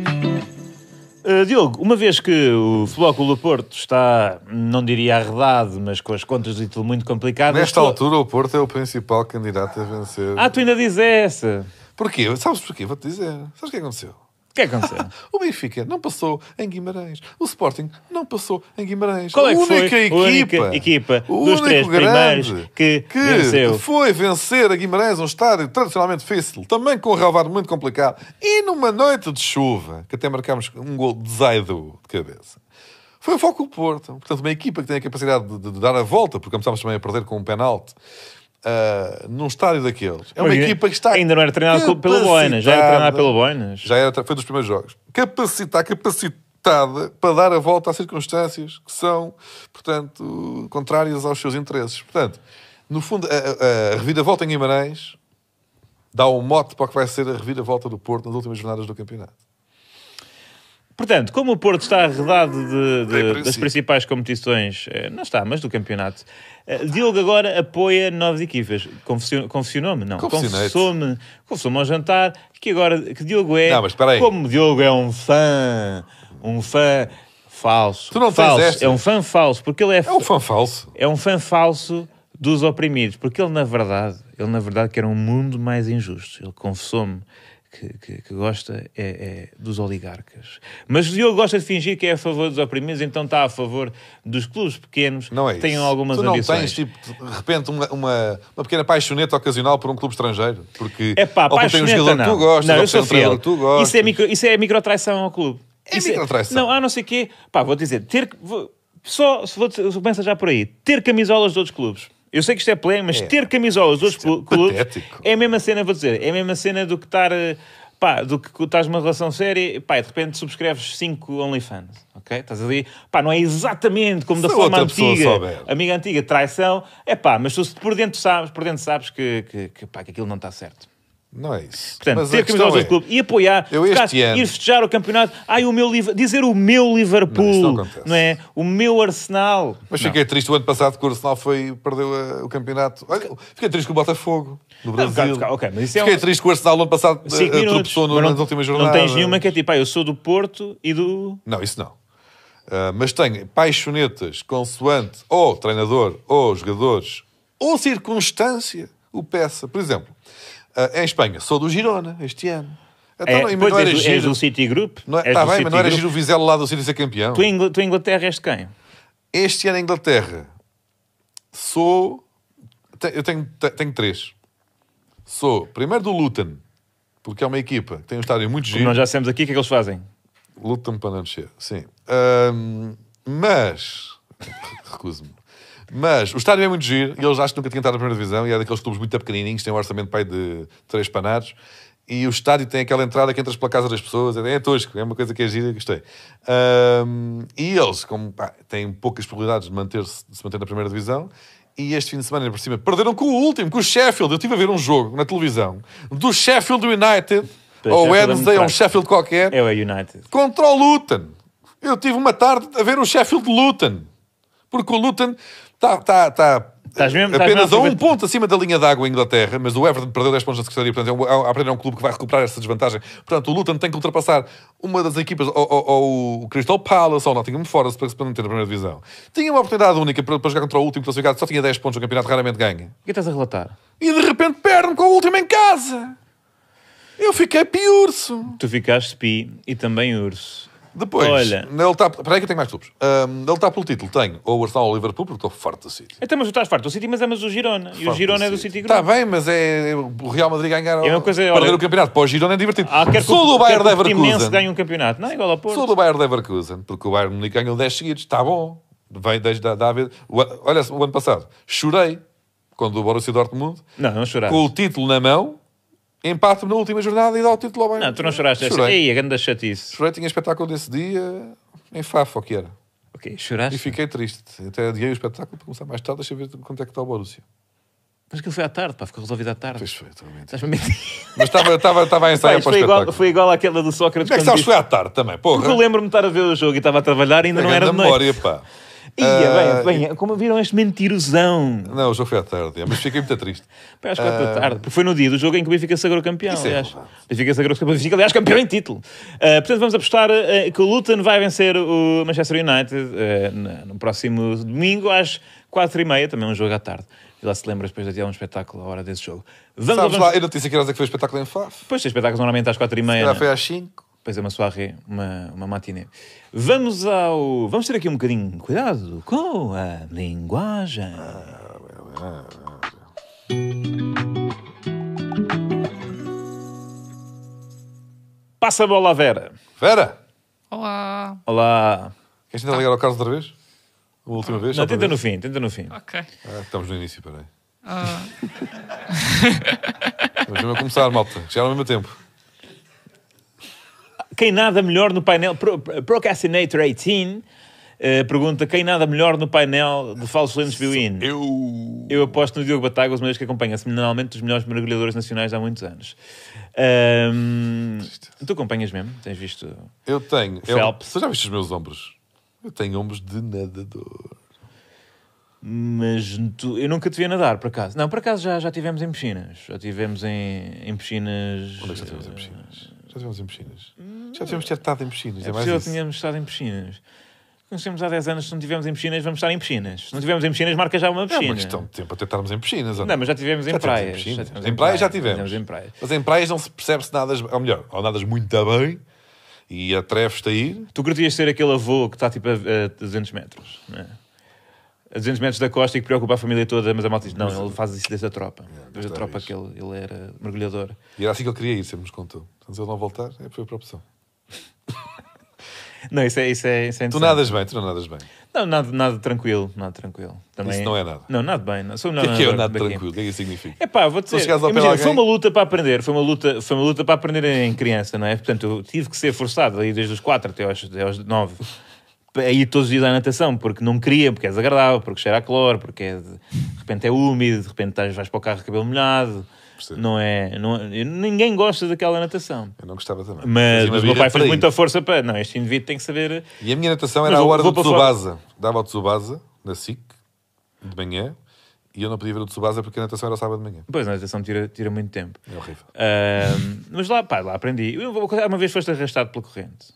Speaker 1: Uh, Diogo, uma vez que o Futebol Clube do Porto está, não diria arredado, mas com as contas de título muito complicadas...
Speaker 2: Nesta
Speaker 1: tu-
Speaker 2: altura, o Porto é o principal candidato a vencer.
Speaker 1: Ah, tu ainda dizes essa.
Speaker 2: Porquê? Sabes porquê? Vou-te dizer. Sabes o que aconteceu?
Speaker 1: O que é que aconteceu?
Speaker 2: O Benfica não passou em Guimarães. O Sporting não passou em Guimarães.
Speaker 1: Qual
Speaker 2: a
Speaker 1: é que
Speaker 2: única
Speaker 1: foi a
Speaker 2: equipa,
Speaker 1: única equipa
Speaker 2: o
Speaker 1: dos
Speaker 2: único
Speaker 1: três
Speaker 2: grande
Speaker 1: primeiros que venceu?
Speaker 2: foi vencer a Guimarães, um estádio tradicionalmente difícil, também com um relvado muito complicado, e numa noite de chuva, que até marcámos um gol de Zaido de cabeça. Foi o foco do Porto. Portanto, uma equipa que tem a capacidade de, de- de dar a volta, porque começámos também a perder com um penalti, ah, num estádio daqueles. É uma
Speaker 1: Mas
Speaker 2: equipa que está
Speaker 1: Ainda não era treinado pelo- pelo Boinas, já era treinado
Speaker 2: capacitada
Speaker 1: pelo Boinas.
Speaker 2: já era, foi dos primeiros jogos. Capacitar, capacitada para dar a volta às circunstâncias que são, portanto, contrárias aos seus interesses. Portanto, no fundo, a, a, a reviravolta em Guimarães dá um mote para o que vai ser a reviravolta do Porto nas últimas jornadas do campeonato.
Speaker 1: Portanto, como o Porto está arredado de- de-
Speaker 2: Em princípio.
Speaker 1: das principais competições, eh, não está, mas do campeonato, eh, Diogo agora apoia nove equipas. Confessio- Confessionou-me, não.
Speaker 2: Confessionei-te.
Speaker 1: Confessou-me confessou ao jantar que agora que Diogo é.
Speaker 2: Não, mas espera aí.
Speaker 1: Como Diogo é um fã, um fã falso.
Speaker 2: Tu não tens
Speaker 1: falso.
Speaker 2: essa.
Speaker 1: É um fã falso, porque ele é,
Speaker 2: É um fã falso.
Speaker 1: é um fã falso dos oprimidos, porque ele na verdade, ele na verdade quer um mundo mais injusto. Ele confessou-me que, que- que gosta é, é dos oligarcas. Mas o Diogo gosta de fingir que é a favor dos oprimidos, então está a favor dos clubes pequenos
Speaker 2: Não é
Speaker 1: que tenham
Speaker 2: isso.
Speaker 1: algumas
Speaker 2: tu não
Speaker 1: ambições.
Speaker 2: tens, tipo, de repente, uma, uma, uma pequena paixoneta ocasional por um clube estrangeiro. Porque
Speaker 1: É pá,
Speaker 2: ou porque tem um jogador
Speaker 1: não.
Speaker 2: que tu gostas,
Speaker 1: não, eu
Speaker 2: ou porque tem
Speaker 1: sou
Speaker 2: um treinador
Speaker 1: fiel.
Speaker 2: que tu gostas.
Speaker 1: Isso é, micro, isso é microtraição ao clube.
Speaker 2: É
Speaker 1: Isso
Speaker 2: microtraição.
Speaker 1: Não, ah, não sei o quê. Pá, vou dizer, ter... que- Vou, só, se vou, começa já por aí. Ter camisolas de outros clubes. Eu sei que isto é pleno, mas
Speaker 2: É.
Speaker 1: ter camisolas de outros
Speaker 2: Isto é
Speaker 1: clu- clubes
Speaker 2: patético.
Speaker 1: é a mesma cena, vou dizer, é a mesma cena do que estar... eh, Pá, do que estás numa relação séria, pá, e de repente subscreves 5 OnlyFans, ok? Estás ali, pá, não é exatamente como da
Speaker 2: Se a
Speaker 1: forma
Speaker 2: outra pessoa
Speaker 1: antiga,
Speaker 2: souber.
Speaker 1: amiga antiga, traição, é pá, mas tu se por dentro sabes, por dentro sabes que, que, que, pá, que aquilo não está certo.
Speaker 2: Não é isso.
Speaker 1: Portanto,
Speaker 2: Mas a
Speaker 1: ter
Speaker 2: questão
Speaker 1: camisolas
Speaker 2: é-
Speaker 1: do clube e apoiar,
Speaker 2: Eu
Speaker 1: ficar-
Speaker 2: este ano-
Speaker 1: ir festejar o campeonato. Ai, o meu Liv- dizer o meu
Speaker 2: Não, isso
Speaker 1: Liverpool,
Speaker 2: não
Speaker 1: não,
Speaker 2: acontece.
Speaker 1: é? O meu Arsenal.
Speaker 2: Mas fiquei triste o ano passado que o Arsenal foi, perdeu eh, o campeonato. Olha, fiquei triste com o Botafogo no Brasil.
Speaker 1: claro, claro, ok, mas isso é
Speaker 2: fiquei
Speaker 1: um-
Speaker 2: triste com o Arsenal no ano passado eh,
Speaker 1: Cinco minutos,
Speaker 2: atropelou no-
Speaker 1: mas não,
Speaker 2: nas últimas
Speaker 1: não
Speaker 2: jornadas.
Speaker 1: tens nenhuma que é tipo, ah, eu sou do Porto e do.
Speaker 2: Não, isso não. Ah, mas tenho paixonetas consoante ou treinador, ou jogadores, ou circunstância o peça. Por exemplo, ah, em Espanha, sou do Girona este ano. Então,
Speaker 1: É,
Speaker 2: e
Speaker 1: pois,
Speaker 2: não era
Speaker 1: és, do- és
Speaker 2: giro.
Speaker 1: do City Group.
Speaker 2: Não é-
Speaker 1: és
Speaker 2: Está
Speaker 1: do
Speaker 2: bem, mas não era
Speaker 1: Citigroup.
Speaker 2: giro o Vizela lá do City ser campeão.
Speaker 1: Tu, em Ingl- tu em Inglaterra és de quem?
Speaker 2: Este ano em Inglaterra sou. te- Eu tenho, te- tenho três. Sou primeiro do Luton, porque é uma equipa que tem um estádio muito
Speaker 1: Como
Speaker 2: giro.
Speaker 1: nós já sabemos aqui, o que é que eles fazem?
Speaker 2: Luton para não descer, sim. Ahm, mas. <laughs> Recuso-me. Mas o estádio é muito giro e eles acham que nunca tinham estado na primeira divisão e é daqueles clubes muito pequenininhos, têm um orçamento pai de três panados. E o estádio tem aquela entrada que entras pela casa das pessoas, é, é tosco, é uma coisa que é gira, gostei. Ahm, e eles, como pá, têm poucas probabilidades de, manter-se- de se manter na primeira divisão, e este fim de semana, ainda por cima, perderam com o último, com o Sheffield. Eu estive a ver um jogo na televisão do Sheffield
Speaker 1: Pois,
Speaker 2: United, ou
Speaker 1: Sheffield é muito
Speaker 2: Wednesday, ou
Speaker 1: fraco.
Speaker 2: um Sheffield qualquer
Speaker 1: É o United.
Speaker 2: contra o Luton. Eu tive uma tarde a ver o Sheffield Luton. Porque o Luton está tá, tá
Speaker 1: Estás mesmo- estás
Speaker 2: apenas
Speaker 1: mesmo a
Speaker 2: a um
Speaker 1: aproveitar-
Speaker 2: ponto acima da linha d'água em Inglaterra, mas o Everton perdeu 10 pontos na Secretaria, portanto, é um, é um- apenas é um clube que vai recuperar essa desvantagem. Portanto, o Luton tem que ultrapassar uma das equipas, ou, ou- ou o Crystal Palace, ou o Nottingham Forest, para se manter na primeira divisão. Tinha uma oportunidade única para, para jogar contra o último classificado, só tinha 10 pontos no campeonato, raramente ganha
Speaker 1: O que estás a relatar?
Speaker 2: e de repente perde com o último em casa. Eu fiquei piurso.
Speaker 1: Tu ficaste pi e também urso.
Speaker 2: Depois,
Speaker 1: Olha.
Speaker 2: na luta, peraí que eu tenho mais clubes. Ahm, na luta pelo título tenho ou o Arsenal ou o Liverpool, porque estou farto do City.
Speaker 1: Então, mas tu estás farto do City, mas amas o Girona. E o
Speaker 2: Farto
Speaker 1: Girona é do
Speaker 2: City.
Speaker 1: City Group.
Speaker 2: Está bem, mas é o Real Madrid ganhar.
Speaker 1: É uma coisa,
Speaker 2: perder
Speaker 1: olha-
Speaker 2: o campeonato para o Girona é divertido.
Speaker 1: Ah, quer que
Speaker 2: Sou
Speaker 1: o-
Speaker 2: do Bayern
Speaker 1: quer que o Portimonense
Speaker 2: Leverkusen.
Speaker 1: ganhe um campeonato. Não é igual ao Porto.
Speaker 2: Sou do Bayern Leverkusen, porque o Bayern de Munique ganhou 10 seguidos. Está bom. Vem desde da, da vez. O a- Olha, o ano passado, chorei quando o Borussia Dortmund,
Speaker 1: Não, não choraste.
Speaker 2: com o título na mão, empate-me na última jornada e dá o título ao Bayern.
Speaker 1: Não, tu não choraste. É Essa-
Speaker 2: Chorei.
Speaker 1: Ei, a grande chatice.
Speaker 2: Chorei, tinha espetáculo nesse dia em Fafo, que era.
Speaker 1: Ok,
Speaker 2: E
Speaker 1: choraste?
Speaker 2: fiquei triste. Até adiei o espetáculo para começar mais tarde. Deixa eu ver quanto é que está o Borussia.
Speaker 1: Mas aquilo foi à tarde, pá. Ficou resolvido à tarde.
Speaker 2: Pois foi, estou a mentir.
Speaker 1: Estás a mentir?
Speaker 2: Mas estava, estava, estava a
Speaker 1: <laughs> Pá,
Speaker 2: ensaiar
Speaker 1: isto
Speaker 2: para o
Speaker 1: foi, igual,
Speaker 2: espetáculo.
Speaker 1: foi igual àquela do Sócrates.
Speaker 2: Como é que
Speaker 1: quando
Speaker 2: sabes
Speaker 1: disse-
Speaker 2: que foi à tarde também?
Speaker 1: Porque eu
Speaker 2: Porra, é
Speaker 1: lembro-me de estar a ver o jogo e estava a trabalhar e ainda não
Speaker 2: grande
Speaker 1: era de noite.
Speaker 2: memória, pá.
Speaker 1: Ia,
Speaker 2: Ah,
Speaker 1: bem, bem, como viram este mentirosão?
Speaker 2: Não, o jogo foi à tarde, é, mas fiquei muito triste.
Speaker 1: Pá, às quatro da tarde. Porque foi no dia do jogo em que o Benfica sagrou campeão,
Speaker 2: Ah. Isso é
Speaker 1: aliás.
Speaker 2: relevante.
Speaker 1: o Benfica sagrou campeão, Benfica, aliás, campeão em título. Ah, portanto, vamos apostar ah, que o Luton vai vencer o Manchester United ah, na- no próximo domingo às quatro e meia, também um jogo à tarde. E lá se lembra depois de ter um espetáculo à hora desse jogo. <laughs> Vamos
Speaker 2: Sabes
Speaker 1: avançar-
Speaker 2: lá, eu não te disse a que horas é que foi o espetáculo em Faf.
Speaker 1: Depois tem espetáculos normalmente às quatro e meia.
Speaker 2: Já
Speaker 1: não é?
Speaker 2: foi às 5.
Speaker 1: Pois é, uma soirée, uma, uma matiné. Vamos ao. Vamos ter aqui um bocadinho de cuidado com a linguagem. Passa a bola à Vera.
Speaker 2: Vera,
Speaker 3: Olá.
Speaker 1: Olá.
Speaker 2: queres tentar ligar ao Carlos outra vez? Uma última vez?
Speaker 1: Ah. Não,
Speaker 2: só para
Speaker 1: tenta
Speaker 2: ver?
Speaker 1: no fim, tenta no fim.
Speaker 3: Ok.
Speaker 2: Ah, estamos no início, peraí.
Speaker 3: Ah,
Speaker 2: Mas vamos <laughs> começar, malta. Chegaram ao mesmo tempo.
Speaker 1: Quem nada melhor no painel Pro- Procrastinator 18 Eh, pergunta quem nada melhor no painel de Falso Lemos Biuin.
Speaker 2: Eu.
Speaker 1: Eu aposto no Diogo Batagas, uma vez que acompanha semanalmente os melhores mergulhadores nacionais há muitos anos. Ahm, tu acompanhas mesmo? Tens visto?
Speaker 2: Eu tenho. Eu,
Speaker 1: Phelps.
Speaker 2: tu já viste os meus ombros? Eu tenho ombros de nadador.
Speaker 1: Mas tu- eu nunca te vi a nadar, por acaso. Não, por acaso já, já tivemos em piscinas. Já tivemos em, em piscinas. eh,
Speaker 2: Onde é que já estivemos em piscinas? Já estivemos em piscinas. Já tivemos ter estado em piscinas. É,
Speaker 1: É
Speaker 2: mais
Speaker 1: possível que
Speaker 2: isso.
Speaker 1: tínhamos estado em piscinas. Conhecemos há 10 anos, se não tivemos em piscinas, vamos estar em piscinas. Se não tivemos em piscinas, marca já uma
Speaker 2: É
Speaker 1: piscina.
Speaker 2: uma questão de tempo até estarmos em piscinas. ou
Speaker 1: Não, mas já tivemos em
Speaker 2: Já tivemos em
Speaker 1: praias.
Speaker 2: piscinas.
Speaker 1: tivemos
Speaker 2: Em praias já tivemos.
Speaker 1: em praias.
Speaker 2: Mas em praias não se percebe se nadas, ou melhor, ou nadas muito bem e atreves-te a ir.
Speaker 1: Tu curtias ser aquele avô que está tipo a, a 200 metros, não é? A 200 metros da costa e que preocupa a família toda, mas a malta diz: não, ele faz isso desde a tropa. Desde a
Speaker 2: gostava
Speaker 1: tropa
Speaker 2: disso.
Speaker 1: que ele, ele era mergulhador.
Speaker 2: E era assim que ele queria ir, sempre nos contou. Portanto, se ele não voltar, é foi para a opção.
Speaker 1: Não, isso é, isso é, isso é
Speaker 2: Tu
Speaker 1: interessante.
Speaker 2: nadas bem, tu não nadas bem.
Speaker 1: Não, nada, nada tranquilo, nada tranquilo. Também...
Speaker 2: Isso não é nada.
Speaker 1: Não, nada bem. Não, sou o
Speaker 2: O que é que é o
Speaker 1: nadador
Speaker 2: nado
Speaker 1: daqui.
Speaker 2: tranquilo? O que é que isso significa?
Speaker 1: É pá, vou dizer,
Speaker 2: chegares ao pé de
Speaker 1: imagina,
Speaker 2: alguém-
Speaker 1: foi uma luta para aprender, foi uma luta, foi uma luta para aprender em criança, não é? Portanto, eu tive que ser forçado aí desde os 4 até aos, até aos 9. Aí todos os dias à natação, porque não queria, porque é desagradável, porque cheira a cloro, porque é de, de repente é úmido, de repente estás- vais para o carro de cabelo molhado.
Speaker 2: Percebo.
Speaker 1: Não é, não é- Ninguém gosta daquela natação.
Speaker 2: Eu não gostava também.
Speaker 1: Mas,
Speaker 2: Fazia
Speaker 1: mas o
Speaker 2: uma
Speaker 1: meu
Speaker 2: birra
Speaker 1: pai fez
Speaker 2: para ir.
Speaker 1: muita força para. Não, este indivíduo tem que saber.
Speaker 2: E a minha natação
Speaker 1: Mas
Speaker 2: era a
Speaker 1: eu
Speaker 2: hora
Speaker 1: vou
Speaker 2: do
Speaker 1: para fora.
Speaker 2: Tsubasa. Dava o Tsubasa, na SIC, de manhã, e eu não podia ver o Tsubasa porque a natação era ao sábado de manhã.
Speaker 1: Pois, a natação tira, tira muito tempo.
Speaker 2: É horrível.
Speaker 1: Ahm, mas lá, pá, lá aprendi. Eu- Uma vez foste arrastado pela corrente.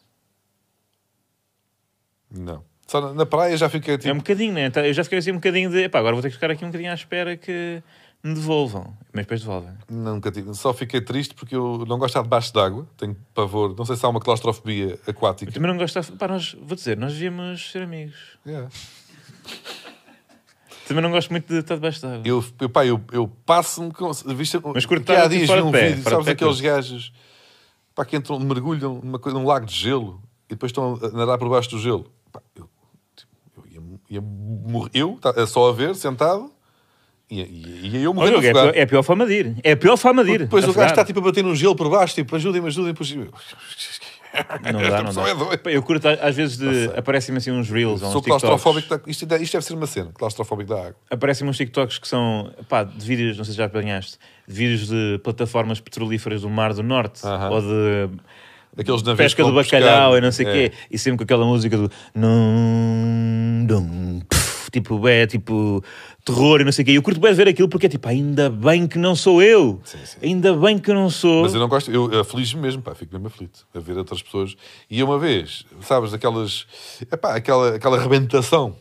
Speaker 2: Não. Só na, na praia já fiquei tipo...
Speaker 1: É um bocadinho, né? Então, Eu já fiquei assim um bocadinho de. Epá, agora vou ter que ficar aqui um bocadinho à espera que me devolvam. Mas depois devolvem.
Speaker 2: Nunca tive. Só fiquei triste porque eu não gosto de estar debaixo d'água. Tenho pavor. Não sei se há uma claustrofobia
Speaker 1: Eu
Speaker 2: aquática.
Speaker 1: também não gosto. de- Pá, nós, vou dizer, nós devíamos ser amigos.
Speaker 2: É.
Speaker 1: Também não gosto muito de estar debaixo d'água.
Speaker 2: Eu, eu, pá, eu, eu passo-me com. Viste,
Speaker 1: Mas curto
Speaker 2: que há
Speaker 1: estar
Speaker 2: dias
Speaker 1: fora
Speaker 2: vi
Speaker 1: de
Speaker 2: um
Speaker 1: pé,
Speaker 2: vídeo,
Speaker 1: fora de
Speaker 2: sabes
Speaker 1: pé,
Speaker 2: aqueles
Speaker 1: curto.
Speaker 2: gajos pá, que entram, mergulham numa coisa, num lago de gelo e depois estão a nadar por baixo do gelo. Pá, eu, tipo, eu ia, ia morrer. Eu, tá, só a ver, sentado, ia, ia, ia eu
Speaker 1: Ó,
Speaker 2: morrer.
Speaker 1: Diogo, é, a pior, é a pior forma de ir. É a pior forma de ir.
Speaker 2: depois o
Speaker 1: Afogar.
Speaker 2: gajo está tipo a bater num gelo por baixo, tipo, ajudem-me, ajudem-me. Depois... eu- <laughs>
Speaker 1: Não
Speaker 2: Esta
Speaker 1: dá, não
Speaker 2: pessoa é
Speaker 1: dá.
Speaker 2: doida.
Speaker 1: Pá, eu curto, às- às vezes, de...
Speaker 2: sei.
Speaker 1: aparecem-me assim uns reels ou uns
Speaker 2: Sou
Speaker 1: TikToks.
Speaker 2: claustrofóbico. Da, isto, é, isto deve ser uma cena, claustrofóbico da água.
Speaker 1: Aparecem-me uns TikToks que são, pá, de vídeos, não sei se já apanhaste, de vídeos de plataformas petrolíferas do Mar do Norte
Speaker 2: Aham.
Speaker 1: ou de
Speaker 2: Aqueles navios
Speaker 1: pesca
Speaker 2: que
Speaker 1: do
Speaker 2: vão
Speaker 1: bacalhau
Speaker 2: pescar.
Speaker 1: e não sei o
Speaker 2: É.
Speaker 1: quê. E sempre com aquela música do. num, dum, puf, Tipo, é tipo terror e não sei o quê. E eu curto bem ver aquilo porque é tipo, ainda bem que não sou eu. Ainda bem que eu não sou.
Speaker 2: Mas eu não gosto, eu aflijo-me mesmo, pá, fico mesmo aflito a ver outras pessoas. E uma vez, sabes, aquelas, epá, aquela, aquela arrebentação.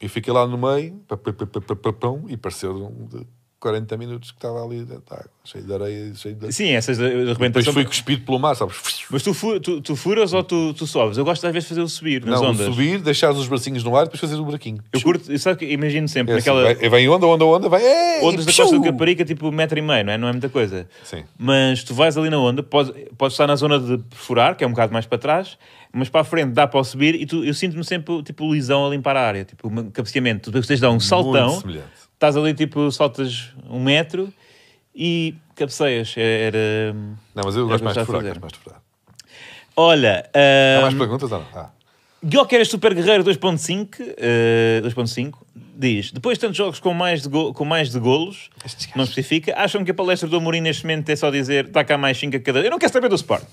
Speaker 2: Eu fiquei lá no meio, pá, pá, pá, pá, pá, pá, pão, e pareceu de 40 minutos que estava ali dentro da água, cheio de areia, cheio de.
Speaker 1: Sim, então essas eh, da- da
Speaker 2: Depois
Speaker 1: arrebentação.
Speaker 2: fui cuspido pelo mar, sabes?
Speaker 1: Mas tu, fu- tu, tu furas ou tu, tu sobes? Eu gosto às vezes de fazer o subir nas
Speaker 2: Não,
Speaker 1: ondas.
Speaker 2: subir, deixar os bracinhos no ar e depois fazer o buraquinho.
Speaker 1: Eu curto, eu sabe que imagino sempre
Speaker 2: É assim,
Speaker 1: naquela.
Speaker 2: vai- vem onda, onda, onda, vai. é, e
Speaker 1: Ondas da Costa do
Speaker 2: piu!
Speaker 1: Caparica, tipo um metro e meio, não é? Não é muita coisa.
Speaker 2: Sim.
Speaker 1: Mas tu vais ali na onda, podes, podes estar na zona de perfurar, que é um bocado mais para trás, mas para a frente dá para o subir e tu, eu sinto-me sempre tipo lisão a limpar a área, tipo um cabeceamento. Tu depois tens de dar um saltão,
Speaker 2: semelhante.
Speaker 1: estás ali tipo, saltas um metro e cabeceias. É, Era.
Speaker 2: Não, mas
Speaker 1: era
Speaker 2: eu gosto
Speaker 1: o que
Speaker 2: mais de
Speaker 1: estás a
Speaker 2: furar,
Speaker 1: fazer.
Speaker 2: gosto mais de furar.
Speaker 1: Olha,
Speaker 2: Há
Speaker 1: hum,
Speaker 2: mais perguntas ou não? Ah.
Speaker 1: Guilherme era Super Guerreiro 2.5 eh, 2.5 diz depois de tantos jogos com mais de, go- com mais de golos não especifica acham que a palestra do Amorim neste momento é só dizer dá cá mais 5 a cada eu não quero saber do Sport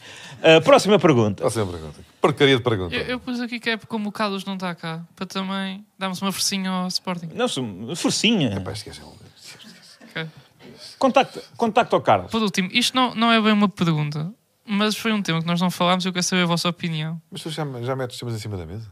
Speaker 1: Eh, próxima pergunta
Speaker 2: Próxima Tá pergunta. Porcaria de pergunta.
Speaker 3: Eu, eu pus aqui que é como o Carlos não está cá, para também darmos uma forcinha ao Sporting.
Speaker 1: não, se- forcinha
Speaker 2: Pá, esquece, eu-
Speaker 3: Ok.
Speaker 1: contacto, contacto ao Carlos
Speaker 3: Por último, isto não, não é bem uma pergunta, mas foi um tema que nós não falámos e eu quero saber a vossa opinião.
Speaker 2: Mas tu já, já metes temas em cima da mesa?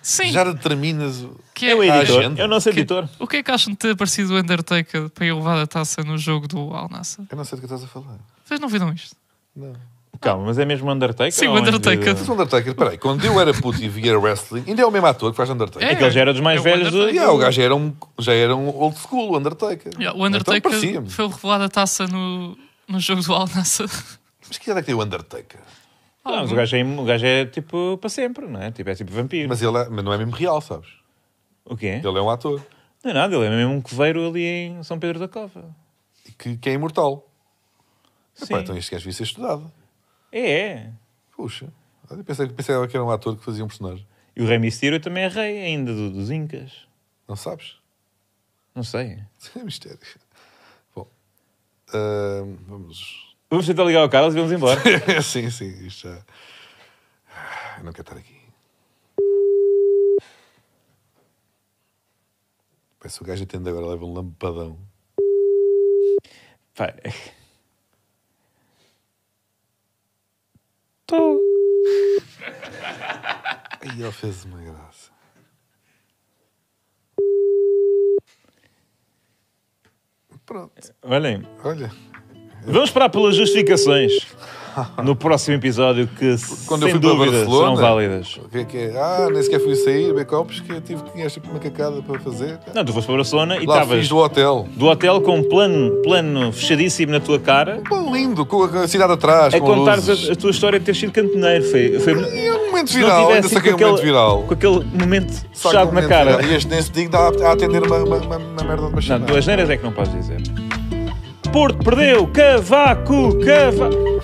Speaker 3: Sim,
Speaker 2: Já determinas o.
Speaker 3: que
Speaker 1: é o
Speaker 3: é,
Speaker 2: Ah,
Speaker 1: editor
Speaker 2: agenda.
Speaker 1: é o nosso
Speaker 3: Que-
Speaker 1: editor
Speaker 3: o que é que acham de ter aparecido o Undertaker para ir levar a taça no jogo do Al Nassr?
Speaker 2: Eu não sei do que estás a falar.
Speaker 3: Vocês não viram isto?
Speaker 2: Não.
Speaker 1: calma mas é mesmo o Undertaker
Speaker 3: Sim,
Speaker 1: ou
Speaker 3: o
Speaker 1: é um
Speaker 3: Undertaker.
Speaker 1: indivíduo?
Speaker 2: Mas o Undertaker, peraí, quando eu era puto e via wrestling, ainda é o mesmo ator que faz Undertaker.
Speaker 1: é que ele já era dos mais
Speaker 3: É o
Speaker 1: velhos do...
Speaker 3: Undertaker.
Speaker 2: E, ah, o gajo já era, um, já era um old school, o Undertaker.
Speaker 3: Yeah, O Undertaker
Speaker 2: Então parecia-me.
Speaker 3: foi revelar a taça no, no jogo do Al Nassr.
Speaker 2: Mas que idade é que tem o Undertaker?
Speaker 1: Não, mas o gajo, é, o gajo é tipo para sempre não é tipo é tipo vampiro
Speaker 2: Mas ele é- mas não é mesmo real, sabes?
Speaker 1: o quê
Speaker 2: Ele é um ator
Speaker 1: não é nada ele é mesmo um coveiro ali em São Pedro da Cova
Speaker 2: que, que é imortal.
Speaker 1: Sim.
Speaker 2: Epá, então este gajo devia ser estudado.
Speaker 1: é é
Speaker 2: Puxa. Eu pensei, pensei que era um ator que fazia um personagem.
Speaker 1: E o Rei Mysterio também é rei ainda do- dos Incas.
Speaker 2: Não sabes? <laughs>
Speaker 1: Não sei.
Speaker 2: É mistério. Bom, ah, vamos.
Speaker 1: Vamos tentar ligar ao Carlos e vamos
Speaker 2: <laughs>
Speaker 1: embora.
Speaker 2: sim, sim, isto já. Ah, Eu não quero estar aqui. Pá, se o gajo atende agora, leva um lampadão.
Speaker 1: Pá. Tô.
Speaker 2: Aí ele fez uma graça. Pronto,
Speaker 1: Olhem,
Speaker 2: olha.
Speaker 1: vamos esperar pelas
Speaker 2: <laughs>
Speaker 1: justificações no próximo episódio que,
Speaker 2: Quando
Speaker 1: sem
Speaker 2: eu fui para
Speaker 1: dúvida, serão
Speaker 2: Barcelona.
Speaker 1: válidas.
Speaker 2: O que é que é? Ah, nem sequer fui sair, bem copos, que eu tive que tinha esta macacada para fazer.
Speaker 1: Não, tu foste para Barcelona e
Speaker 2: Lá fiz
Speaker 1: estavas
Speaker 2: do hotel.
Speaker 1: do hotel com um plano, plano fechadíssimo na tua cara
Speaker 2: Pão lindo, com a cidade atrás,
Speaker 1: a
Speaker 2: com
Speaker 1: contares
Speaker 2: luzes.
Speaker 1: a, a tua história de ter sido cantoneiro. Foi, foi,
Speaker 2: É um momento
Speaker 1: se não
Speaker 2: viral, ainda
Speaker 1: tivesse
Speaker 2: saquei um
Speaker 1: com
Speaker 2: momento
Speaker 1: aquele-
Speaker 2: viral.
Speaker 1: Com aquele momento
Speaker 2: Só que
Speaker 1: fechado
Speaker 2: um
Speaker 1: na
Speaker 2: momento
Speaker 1: cara.
Speaker 2: viral. E este nem se diga, dá a atender uma, uma, uma- uma merda de uma
Speaker 1: Não,
Speaker 2: chamada.
Speaker 1: duas neiras é que não podes dizer. Porto perdeu, Cavaco, Cavaco.